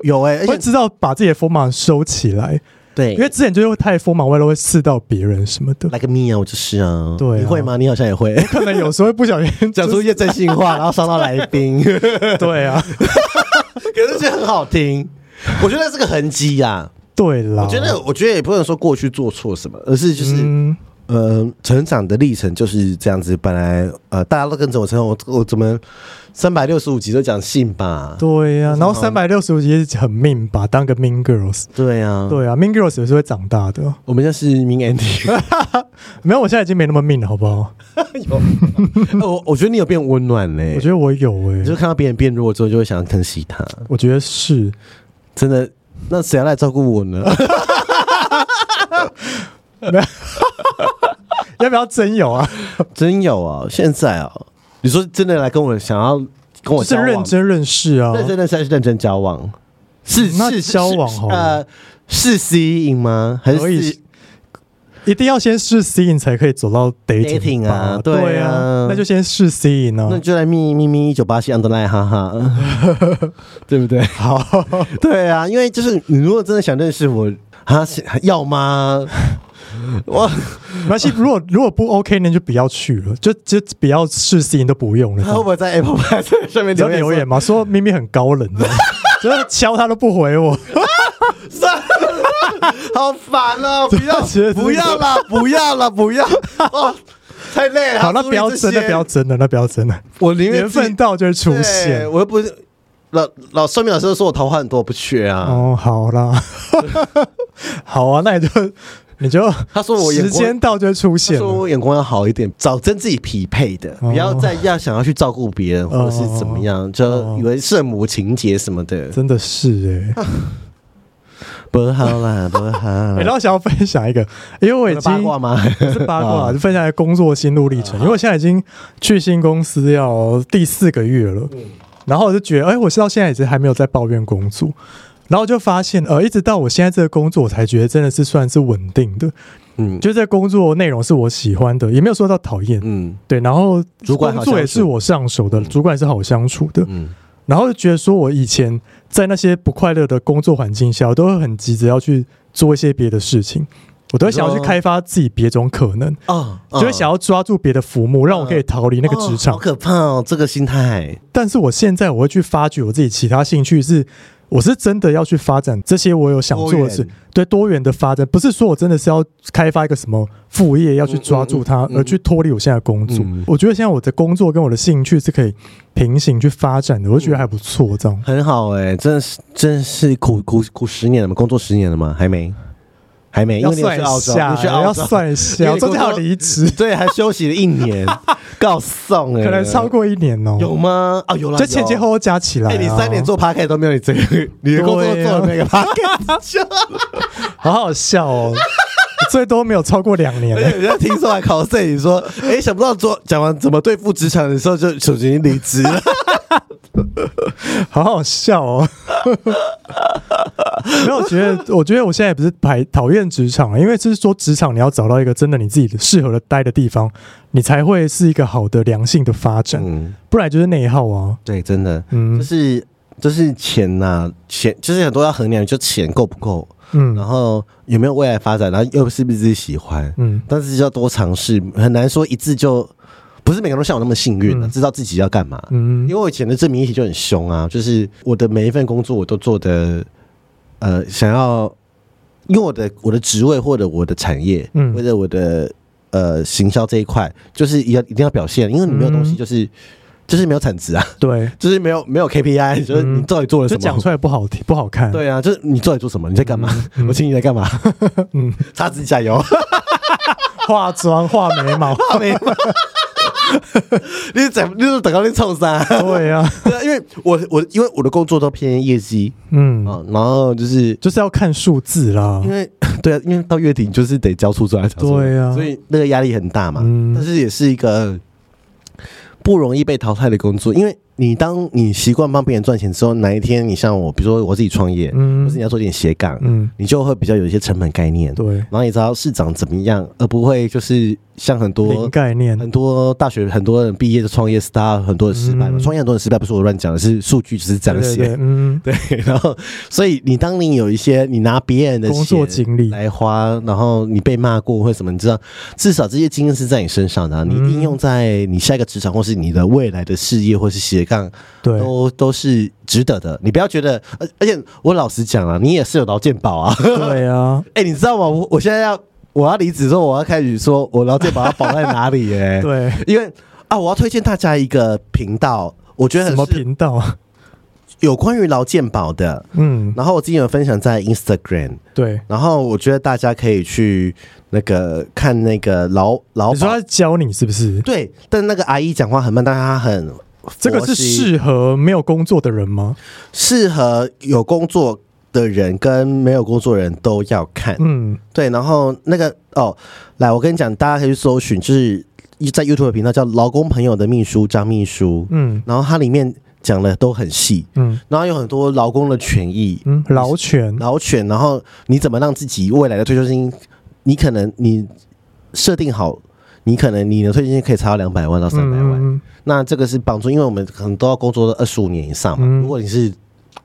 Speaker 2: 有哎、而
Speaker 1: 会
Speaker 2: 且
Speaker 1: 知道把自己的锋芒收起来，
Speaker 2: 对，
Speaker 1: 因为之前就是会太锋芒外露会刺到别人什么的，
Speaker 2: like me 啊，我就是啊，
Speaker 1: 对啊
Speaker 2: 你会吗？你好像 也会
Speaker 1: 可能有时候会不小心
Speaker 2: 讲出一些真心话，然后伤到来宾， 可
Speaker 1: 就是对啊，
Speaker 2: 是却很好听。我觉得是个痕迹呀、啊，
Speaker 1: 对啦，
Speaker 2: 我觉得，我觉得也不能说过去做错什么，而是就是，
Speaker 1: 嗯
Speaker 2: 呃，成长的历程就是这样子。本来呃，大家都跟着我成长，我我怎么三百六十五集都讲性吧？
Speaker 1: 对呀、啊，然后
Speaker 2: 有什么
Speaker 1: 三百六十五集也很命吧，当个 Mean Girls，
Speaker 2: 对啊，
Speaker 1: 对啊，Mean Girls 也是会长大的，
Speaker 2: 我们就是明 Andy，
Speaker 1: 没有，我现在已经没那么命了，好不好？
Speaker 2: 我我觉得你有变温暖嘞、
Speaker 1: 我觉得我有诶、
Speaker 2: 你就看到别人变弱之后，就会想要疼惜他。
Speaker 1: 我觉得是，
Speaker 2: 真的，那谁要来照顾我呢？
Speaker 1: 要不要真有啊？
Speaker 2: 真有啊，现在啊，你说真的来跟我想要跟我
Speaker 1: 就是
Speaker 2: 交往，
Speaker 1: 认真认识啊，
Speaker 2: 认真认识还是认真交往？是
Speaker 1: 那
Speaker 2: 是
Speaker 1: 交往
Speaker 2: 是
Speaker 1: 好了
Speaker 2: 呃，是吸引吗？还
Speaker 1: 可
Speaker 2: 是
Speaker 1: 以
Speaker 2: 是
Speaker 1: 一定要先试 C 引才可以走到 dating,
Speaker 2: Dating 啊
Speaker 1: 吧
Speaker 2: 对
Speaker 1: 对
Speaker 2: 啊
Speaker 1: 那就先试 C 引啊
Speaker 2: 那
Speaker 1: 呢。
Speaker 2: 就来咪咪咪一九八七 underline 哈哈，对不对？好，对啊，因为就是你如果真的想认识我，啊，是要吗？我
Speaker 1: 没 关系，如果如果不 OK，那就不要去了，就就不要试 C 引都不用
Speaker 2: 他会不
Speaker 1: 了。
Speaker 2: 会在 Apple Podcast 上面
Speaker 1: 只要
Speaker 2: 留言
Speaker 1: 留
Speaker 2: 说
Speaker 1: 言嘛，说咪咪很高冷 的，就是敲他都不回我。
Speaker 2: 好烦 哦！不要
Speaker 1: 真的觉得
Speaker 2: 不要啦， 不要啦，不要哦，太累了。
Speaker 1: 好，那
Speaker 2: 注意
Speaker 1: 不要
Speaker 2: 这
Speaker 1: 真的，
Speaker 2: 些
Speaker 1: 那不要，真的，那不要真的，
Speaker 2: 我宁愿
Speaker 1: 缘
Speaker 2: 自己
Speaker 1: 分到就会出
Speaker 2: 对
Speaker 1: 现。
Speaker 2: 我又不是。老老算命老师都说我桃花很多，我不缺啊。
Speaker 1: 哦，好啦， 好啊，那你就你就
Speaker 2: 他说我眼
Speaker 1: 时
Speaker 2: 光
Speaker 1: 间到就会出
Speaker 2: 他
Speaker 1: 现
Speaker 2: 说
Speaker 1: 了，
Speaker 2: 我眼光要好一点，找真自己匹配的，
Speaker 1: 哦
Speaker 2: 不要再要想要去照顾别人或者是怎么样，就以为圣母情节什么的，
Speaker 1: 真的 是哎、
Speaker 2: 不好啦，不好
Speaker 1: 欸然
Speaker 2: 啦。
Speaker 1: 后想要分享一个，因为我已
Speaker 2: 八
Speaker 1: 经
Speaker 2: 卦吗？
Speaker 1: 不是 八
Speaker 2: 啊
Speaker 1: 卦，就分享一个工作心路历程。因为我现在已经去新公司要第四个月了，
Speaker 2: 嗯
Speaker 1: 然后我就觉得，哎、我是到现在一直还没有在抱怨工作，然后我就发现，呃，一直到我现在这个工作，我才觉得真的是算是稳定的，
Speaker 2: 嗯
Speaker 1: 就这工作内容是我喜欢的，也没有说到讨厌，
Speaker 2: 嗯
Speaker 1: 对。然后
Speaker 2: 主管好
Speaker 1: 工
Speaker 2: 相处
Speaker 1: 作也是我上手的，主管也是好相处的，
Speaker 2: 嗯
Speaker 1: 然后就觉得说我以前在那些不快乐的工作环境下，我都会很急着要去做一些别的事情，我都会想要去开发自己别种可能。
Speaker 2: 哦，
Speaker 1: 就会想
Speaker 2: 要
Speaker 1: 要抓住别的浮木，让我可以逃离那个职场
Speaker 2: 好。可怕嗯哦，这个心态。
Speaker 1: 但是我现在我会去发掘我自己其他兴趣是。我是真的要去发展这些我有想做的
Speaker 2: 多
Speaker 1: 事
Speaker 2: 元，
Speaker 1: 对多元的发展，不是说我真的是要开发一个什么副业要去抓住它，而去脱离我现在的工作
Speaker 2: 嗯。
Speaker 1: 我觉得现在我的工作跟我的兴趣是可以平行去发展
Speaker 2: 嗯
Speaker 1: 的，我觉得还不错。这样
Speaker 2: 很好哎、真的是真的是苦苦苦十年了吗？工作十年了吗？还没，还没，因
Speaker 1: 要
Speaker 2: 为你有
Speaker 1: 算
Speaker 2: 去
Speaker 1: 一
Speaker 2: 澳洲，啊
Speaker 1: 下，哎
Speaker 2: 你去澳洲
Speaker 1: 要算一
Speaker 2: 因为
Speaker 1: 下，
Speaker 2: 你
Speaker 1: 我中间
Speaker 2: 工
Speaker 1: 要
Speaker 2: 作
Speaker 1: 离职，
Speaker 2: 对，还休息了一年，告送哎、
Speaker 1: 可能超过一年哦，
Speaker 2: 有吗？啊，有了，
Speaker 1: 就前前后后加起来啊。
Speaker 2: 哎、你三年做 p a r k 都没有你这个，你的工作做
Speaker 1: 对啊
Speaker 2: 的那个 p a r k
Speaker 1: 好好笑哦， 我最多没有超过两年、欸
Speaker 2: 而且人家听说还考试，你说，哎、想不到做讲完怎么对付职场的时候，就手机离职了。
Speaker 1: 好好笑哦。 没有，我觉得，我觉得我现在也不是排讨厌职场啊，因为就是说职场你要找到一个真的你自己适合的待的地方，你才会是一个好的良性的发展，
Speaker 2: 嗯，
Speaker 1: 不然就是内耗啊。
Speaker 2: 对，真的，
Speaker 1: 嗯
Speaker 2: 就是就是钱呐、钱就是很多要衡量，就钱够不够，然
Speaker 1: 嗯
Speaker 2: 后有没有未来发展，然后又是不是自己喜欢，
Speaker 1: 嗯，
Speaker 2: 但是要多尝试，很难说一次就。不是每个人都像我那么幸运、啊，
Speaker 1: 嗯
Speaker 2: 知道自己要干嘛。
Speaker 1: 嗯
Speaker 2: 因为我以前的自媒体就很凶啊，就是我的每一份工作我都做的，呃，想要因为我的我的职位或者我的产业，
Speaker 1: 嗯
Speaker 2: 或者我的呃行销这一块，就是要一定要表现，因为你没有东西
Speaker 1: 嗯
Speaker 2: 就是、就是没有产值啊，
Speaker 1: 对，
Speaker 2: 就是没有没有 KPI，就是你到底做了什
Speaker 1: 嗯就
Speaker 2: 么？
Speaker 1: 讲出来不好听，不好看。，
Speaker 2: 对啊，就是你到底做什么？你在干嘛？我请你在干嘛？
Speaker 1: 嗯，
Speaker 2: 擦指甲油，
Speaker 1: 化妆、画眉 毛，
Speaker 2: 没有你怎你是等到你冲啥？
Speaker 1: 对啊，
Speaker 2: 对啊，因为我我因为我的工作都偏业绩
Speaker 1: 嗯，
Speaker 2: 啊，然后就是
Speaker 1: 就是要看数字啦
Speaker 2: 因。为 对啊，因为到月底你就是得交出专案，
Speaker 1: 对啊
Speaker 2: 所以那个压力很大嘛。
Speaker 1: 嗯
Speaker 2: 但是也是一个不容易被淘汰的工作，因为你当你习惯帮别人赚钱之后，哪一天你像我，比如说我自己创业，
Speaker 1: 嗯
Speaker 2: 或是你要做点斜杠，
Speaker 1: 嗯，
Speaker 2: 你就会比较有一些成本概念，
Speaker 1: 对，
Speaker 2: 然后你知道市场怎么样，而不会就是像很
Speaker 1: 零
Speaker 2: 多。
Speaker 1: 概念，
Speaker 2: 很多大学很多人毕业就创业，是大家很多人失败嘛。
Speaker 1: 嗯
Speaker 2: 创、业很多人失败，不是我乱讲的，是数据只是这样
Speaker 1: 对
Speaker 2: 写。
Speaker 1: 对对嗯，
Speaker 2: 对，然后所以你当你有一些你拿别人的
Speaker 1: 工作
Speaker 2: 钱
Speaker 1: 经历
Speaker 2: 来花，然后你被骂过或什么，你知道，至少这些经验是在你身上的啊、你应用在你下一个职场或是你的未来的事业或是斜杠，
Speaker 1: 对，
Speaker 2: 都都是值得的。你不要觉得，而而且我老实讲啊，你也是有劳健保啊。
Speaker 1: 对啊，？，
Speaker 2: 哎、你知道吗？我我现在要我要离职之后，我要开始说我劳健保要保在哪里、耶
Speaker 1: 对，
Speaker 2: 因为啊，我要推荐大家一个频道，我觉得
Speaker 1: 什
Speaker 2: 很
Speaker 1: 么
Speaker 2: 是
Speaker 1: 频道啊？
Speaker 2: 有关于劳健保的。
Speaker 1: 嗯，
Speaker 2: 然后我之前有分享在 Instagram，
Speaker 1: 对。
Speaker 2: 然后我觉得大家可以去那个看那个老老
Speaker 1: 你说
Speaker 2: 板
Speaker 1: 他教你是不是？
Speaker 2: 对，但那个阿姨讲话很慢，但她很
Speaker 1: 这个
Speaker 2: 佛
Speaker 1: 是
Speaker 2: 系
Speaker 1: 适合没有工作的人吗？
Speaker 2: 适合有工作的人跟没有工作的人都要看。
Speaker 1: 嗯，
Speaker 2: 对，然后那个哦，来，我跟你讲，大家可以去搜寻，就是在 YouTube 的频道叫“劳工朋友的秘书”张秘书，
Speaker 1: 嗯
Speaker 2: 然后它里面讲的都很细，
Speaker 1: 嗯
Speaker 2: 然后有很多劳工的权益，
Speaker 1: 嗯，劳权，
Speaker 2: 劳权，然后你怎么让自己未来的退休金，你可能你设定好，你可能你的退休金可以差到两百万到三百万，
Speaker 1: 嗯，
Speaker 2: 那这个是帮助，因为我们可能都要工作二十五年以上嘛。
Speaker 1: 嗯
Speaker 2: 如果你是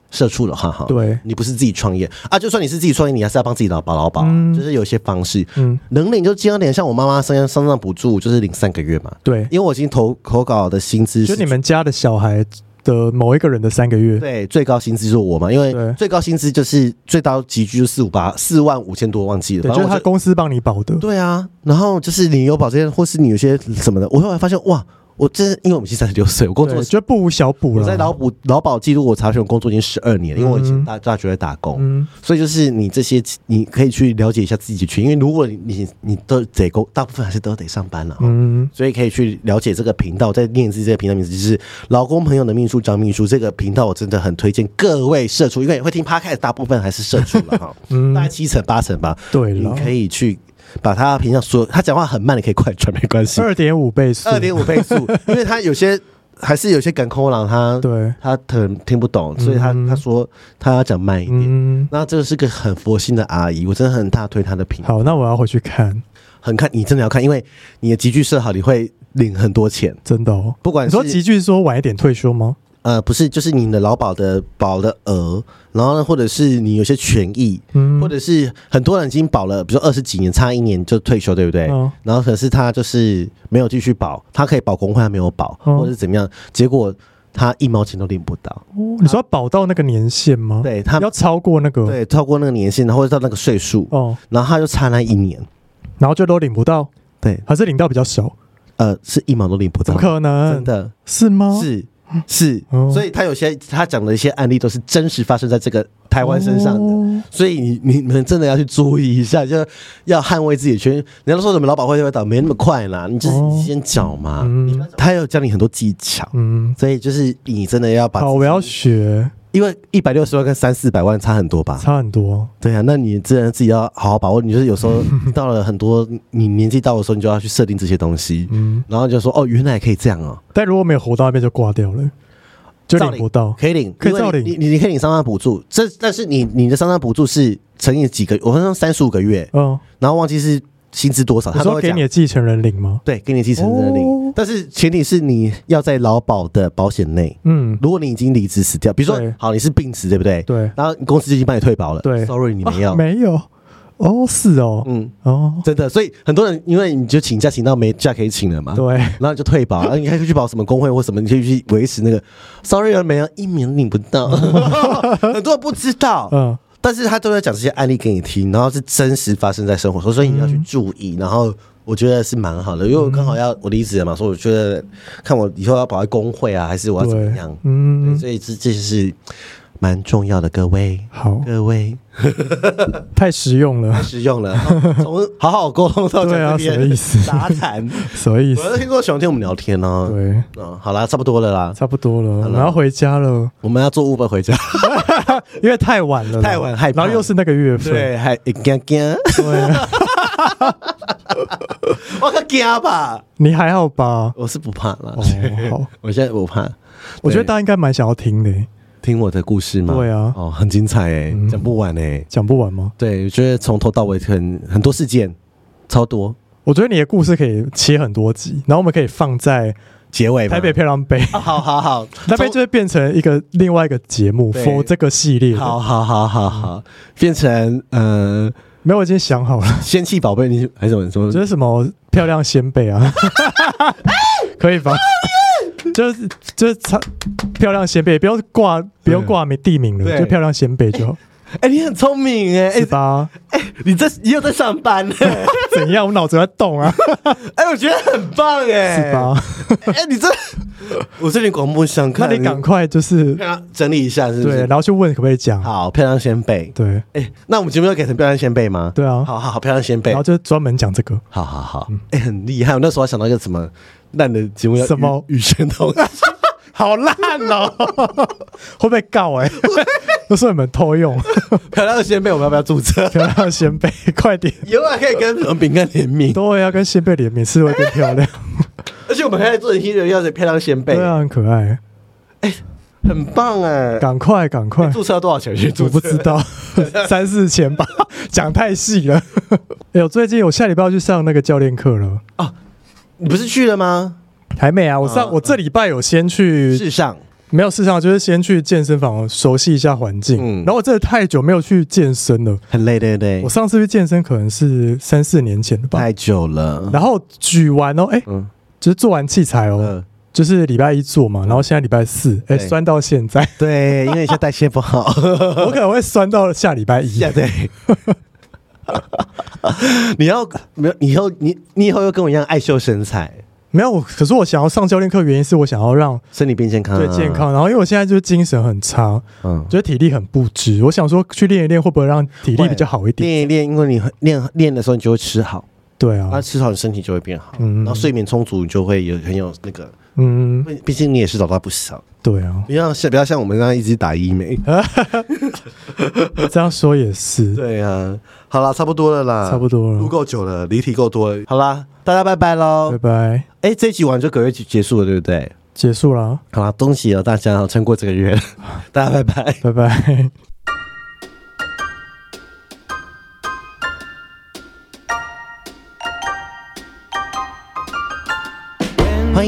Speaker 2: 社畜的话，哈，
Speaker 1: 对
Speaker 2: 你不是自己创业啊，就算你是自己创业，你还是要帮自己劳保劳保啊，
Speaker 1: 嗯
Speaker 2: 就是有一些方式。
Speaker 1: 嗯，
Speaker 2: 能领就尽量领，像我妈妈身上身上补助就是领三个月嘛，
Speaker 1: 对，
Speaker 2: 因为我已经投投稿的薪资
Speaker 1: 就是你们家的小孩的某一个人的三个月，
Speaker 2: 对，最高薪资就是我嘛，因为
Speaker 1: 对
Speaker 2: 最高薪资就是最高集聚就四五八四万五千多，忘记了。
Speaker 1: 对，
Speaker 2: 反
Speaker 1: 就
Speaker 2: 正
Speaker 1: 是
Speaker 2: 我
Speaker 1: 他
Speaker 2: 就
Speaker 1: 公司帮你保的，
Speaker 2: 对啊，然后就是你有保这些，或是你有些什么的，我后来发现哇，我这是因为我们已经三十六岁，我工作
Speaker 1: 对，就不无小补
Speaker 2: 我
Speaker 1: 了。
Speaker 2: 在劳保劳保记录我查询我工作已经十二年了，因为我以前
Speaker 1: 嗯
Speaker 2: 大大学在打工，
Speaker 1: 嗯，
Speaker 2: 所以就是你这些，你可以去了解一下自己的群，因为如果你你你都得工，大部分还是都得上班了。啊
Speaker 1: 嗯，
Speaker 2: 所以可以去了解这个频道，再念一次这个频道名字，就是“老公朋友的秘书张秘书”这个频道，我真的很推荐各位社畜，因为会听 podcast 大部分还是社畜了哈，
Speaker 1: 嗯
Speaker 2: 大概七成八成吧。
Speaker 1: 对
Speaker 2: 你
Speaker 1: 了，
Speaker 2: 可以去把他频道所有，他讲话很慢，你可以快转没关系，
Speaker 1: 二点五倍速，
Speaker 2: 二点五倍速，因为他有些还是有些港口郎他
Speaker 1: 对，
Speaker 2: 他可能听不懂，所以他、
Speaker 1: 嗯
Speaker 2: 他说他要讲慢一点。
Speaker 1: 嗯，
Speaker 2: 那这个是个很佛心的阿姨，我真的很大推她的频道，
Speaker 1: 好，那我要回去看，
Speaker 2: 很看你真的要看，因为你的集聚设好，你会领很多钱。
Speaker 1: 真的哦。
Speaker 2: 不管
Speaker 1: 你
Speaker 2: 是
Speaker 1: 说集聚说晚一点退休吗？
Speaker 2: 呃不是，就是你的劳保的保的额，然后呢，或者是你有些权益，
Speaker 1: 嗯，
Speaker 2: 或者是很多人已经保了，比如说二十几年，差一年就退休，对不对？
Speaker 1: 嗯
Speaker 2: 然后可是他就是没有继续保，他可以保工会，他没有保，
Speaker 1: 嗯
Speaker 2: 或者是怎么样，结果他一毛钱都领不到。
Speaker 1: 哦你说要保到那个年限吗？，
Speaker 2: 对他
Speaker 1: 要超过那个，
Speaker 2: 对超过那个年限，然后到那个岁数，
Speaker 1: 哦，
Speaker 2: 然后他就差那一年，
Speaker 1: 然后就都领不到，
Speaker 2: 对，
Speaker 1: 还是领到比较少？
Speaker 2: 呃，是一毛都领不
Speaker 1: 怎
Speaker 2: 到
Speaker 1: 么，可能
Speaker 2: 真？的
Speaker 1: 是吗？
Speaker 2: 是是
Speaker 1: 哦，
Speaker 2: 所以他有些他讲的一些案例都是真实发生在这个台湾身上的。
Speaker 1: 哦
Speaker 2: 所以你你们真的要去注意一下，就要捍卫自己的权益。人家说什么劳保会会倒，没那么快啦，你就是
Speaker 1: 哦
Speaker 2: 你先缴嘛。
Speaker 1: 嗯
Speaker 2: 他有教你很多技巧，
Speaker 1: 嗯，
Speaker 2: 所以就是你真的要把，
Speaker 1: 好，我要学，
Speaker 2: 因为一百六十万跟三四百万差很多吧？
Speaker 1: 差很多。
Speaker 2: 对啊，那你真的自己要好好把握。你就是有时候
Speaker 1: 嗯
Speaker 2: 到了很多你年纪到的时候，你就要去设定这些东西，
Speaker 1: 嗯，
Speaker 2: 然后就说哦，原来可以这样哦。
Speaker 1: 但如果没有活到那边就挂掉了，就
Speaker 2: 照
Speaker 1: 领不到。
Speaker 2: 可以领，
Speaker 1: 可以
Speaker 2: 因为
Speaker 1: 照领
Speaker 2: 你你你可以领上班补助，这但是你你的上班补助是乘以几个，我好像三十五个月，
Speaker 1: 嗯，
Speaker 2: 然后忘记是薪资多少，
Speaker 1: 你
Speaker 2: 他都
Speaker 1: 说
Speaker 2: 会
Speaker 1: 给
Speaker 2: 讲
Speaker 1: 你。的继承人领吗？
Speaker 2: 对，给你继承人领，
Speaker 1: 哦
Speaker 2: 但是前提是你要在劳保的保险内。
Speaker 1: 嗯，
Speaker 2: 如果你已经离职死掉，比如
Speaker 1: 对
Speaker 2: 说好你是病死，对不对？
Speaker 1: 对
Speaker 2: 然后公司就已经帮你退保了。
Speaker 1: 对
Speaker 2: ，sorry，你没有。
Speaker 1: 啊没有。哦，是哦，
Speaker 2: 嗯，
Speaker 1: 哦，
Speaker 2: 真的，所以很多人因为你就请假请到没假可以请了嘛，
Speaker 1: 对，
Speaker 2: 然后你就退 保，然后你还可以去保什么工会或什么，你可以去维持那个 sorry 啊，没有一年领不 到， 很多人不知道，
Speaker 1: 嗯，
Speaker 2: 但是他都在讲这些案例给你听，然后是真实发生在生活中，所以你要去
Speaker 1: 嗯
Speaker 2: 注意。然后我觉得是蛮好的，因为我刚好要我离职了嘛，所以我觉得看我以后要保在工会啊，还是我要怎么
Speaker 1: 对
Speaker 2: 样，，
Speaker 1: 嗯，
Speaker 2: 所以这这是蛮重要的，各位
Speaker 1: 好，
Speaker 2: 各位
Speaker 1: 太实用了，
Speaker 2: 实 用了，从好好沟通到
Speaker 1: 对啊
Speaker 2: 讲这
Speaker 1: 什么意
Speaker 2: 边
Speaker 1: 思
Speaker 2: 杂谈，
Speaker 1: 什么意
Speaker 2: 我都
Speaker 1: 思？
Speaker 2: 听过喜欢听我们聊天呢、啊。
Speaker 1: 对，
Speaker 2: 嗯，好啦，差不多了啦，
Speaker 1: 差不多了，
Speaker 2: 好
Speaker 1: 我
Speaker 2: 了
Speaker 1: 要回家了，
Speaker 2: 我们要做 Uber 回家。
Speaker 1: 因为太晚了啦，
Speaker 2: 太晚害怕
Speaker 1: 然后又是那个月份，
Speaker 2: 对，还惊惊，
Speaker 1: 对，啊
Speaker 2: 我个惊吧，
Speaker 1: 你还好吧？
Speaker 2: 我是不怕啦。
Speaker 1: 哦，好，
Speaker 2: 我现在不怕，
Speaker 1: 我觉得大家应该蛮想要听的，
Speaker 2: 听我的故事吗？
Speaker 1: 对啊
Speaker 2: 哦，很精彩哎、
Speaker 1: 嗯
Speaker 2: 讲、不完哎、
Speaker 1: 讲不完吗？
Speaker 2: 对，我觉得从头到尾很很多事件，超多
Speaker 1: 我觉得你的故事可以切很多集，然后我们可以放在
Speaker 2: 结尾吧
Speaker 1: 台北漂亮杯，
Speaker 2: 啊好好好，
Speaker 1: 那边就会变成一个另外一个节目
Speaker 2: 对
Speaker 1: ，for 这个系列
Speaker 2: 从
Speaker 1: 的。
Speaker 2: 好好好好好，变成呃
Speaker 1: 没有，我已经想好了，
Speaker 2: 仙气宝贝，你还是什么什么
Speaker 1: 就是什么漂亮先辈 啊，可以吧？就是就是他漂亮先辈，不要挂不用挂名地名了，
Speaker 2: 对
Speaker 1: 就漂亮先辈就好，
Speaker 2: 哎、你很聪明哎、
Speaker 1: 是
Speaker 2: 哎、
Speaker 1: 吧？
Speaker 2: 你这你有在上班呢、
Speaker 1: 怎样？我脑子在动啊，
Speaker 2: 哎、我觉得很棒 哎、
Speaker 1: 是吧？
Speaker 2: 哎、你这我这里广播想
Speaker 1: 那
Speaker 2: 看，
Speaker 1: 你赶快就是
Speaker 2: 看他整理一下是不
Speaker 1: 对，
Speaker 2: 是
Speaker 1: 然？后去问可不可以讲，
Speaker 2: 好，漂亮先辈。
Speaker 1: 对
Speaker 2: 哎、那我们节目要改成漂亮先辈吗？
Speaker 1: 对啊
Speaker 2: 好好好，漂亮先辈
Speaker 1: 然后。就专门讲这个。
Speaker 2: 好好好，哎、很厉害。我那时候还想到一个什么烂的节目叫
Speaker 1: 嗯什么
Speaker 2: 宇宇轩同学
Speaker 1: 好烂哦、会被告哎、都说你们偷 用，
Speaker 2: 漂亮的先辈，我们要不要注册？
Speaker 1: 漂亮先辈，快点！
Speaker 2: 以后还可以跟什么饼干联名，
Speaker 1: 都要跟先辈联名，是会变漂 亮，
Speaker 2: 而且我们还可以做成 hero 要是漂亮先辈，
Speaker 1: 对啊，很可爱。
Speaker 2: 很棒哎、
Speaker 1: 赶快，赶快！
Speaker 2: 注册要多少钱去注
Speaker 1: 我
Speaker 2: 册？
Speaker 1: 不知 道，三四千吧，讲太细了。 哎、我最近我下礼拜要去上那个教练课了，
Speaker 2: 你不是去了吗？
Speaker 1: 还没啊。我
Speaker 2: 嗯
Speaker 1: 上、我这礼拜有先去，
Speaker 2: 世上
Speaker 1: 没有市场，就是先去健身房熟悉一下环境。
Speaker 2: 嗯
Speaker 1: 然后我真的太久没有去健身了，
Speaker 2: 很累，对不对
Speaker 1: 我？上次去健身可能是三四年前了吧。
Speaker 2: 太久了，
Speaker 1: 然后举完哦，哎、
Speaker 2: 嗯
Speaker 1: 就是做完器材哦，
Speaker 2: 嗯，
Speaker 1: 就是礼拜一做嘛，然后现在礼拜四，哎、
Speaker 2: 对
Speaker 1: 酸到现 在，
Speaker 2: 对，因为你现在代谢不好，
Speaker 1: 我可能会酸到下礼拜一。
Speaker 2: 呀对。你要没有？以后你你以后要跟我一样爱秀身材，
Speaker 1: 没有，可是我想要上教练课，原因是我想要让
Speaker 2: 身体变健康、啊，
Speaker 1: 对健，康，然后因为我现在就是精神很差，
Speaker 2: 嗯，
Speaker 1: 觉得体力很不支，我想说去练一练，会不会让体力比较好一点？
Speaker 2: 练一练，因为你很练练的时候，你就会吃好，
Speaker 1: 对
Speaker 2: 那、
Speaker 1: 啊，
Speaker 2: 吃好，你身体就会变好，
Speaker 1: 嗯
Speaker 2: 然后睡眠充足，你就会有很有那个，
Speaker 1: 嗯，
Speaker 2: 毕竟你也是老大不小，
Speaker 1: 对啊，
Speaker 2: 不要像不要像我们那样一直打医美，
Speaker 1: 这样说也是，
Speaker 2: 对啊，好啦，差不多了啦，
Speaker 1: 差不多
Speaker 2: 录
Speaker 1: 了，
Speaker 2: 够久了，离题够多了，好啦，大家拜拜喽
Speaker 1: 拜。拜，
Speaker 2: 哎、这一集完就隔月结束了，对不对？
Speaker 1: 结束啊啦，
Speaker 2: 好啦，恭喜了啊大家，撑过这 个月了，大家拜拜。
Speaker 1: 拜拜。
Speaker 2: 欢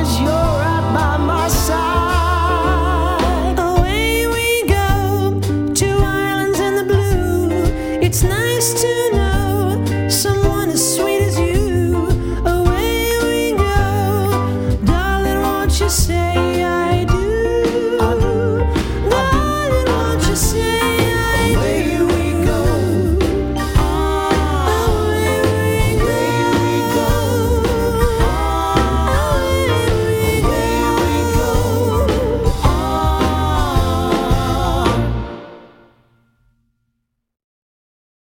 Speaker 3: as you're right by my side. Away we go to islands in the blue. It's nice to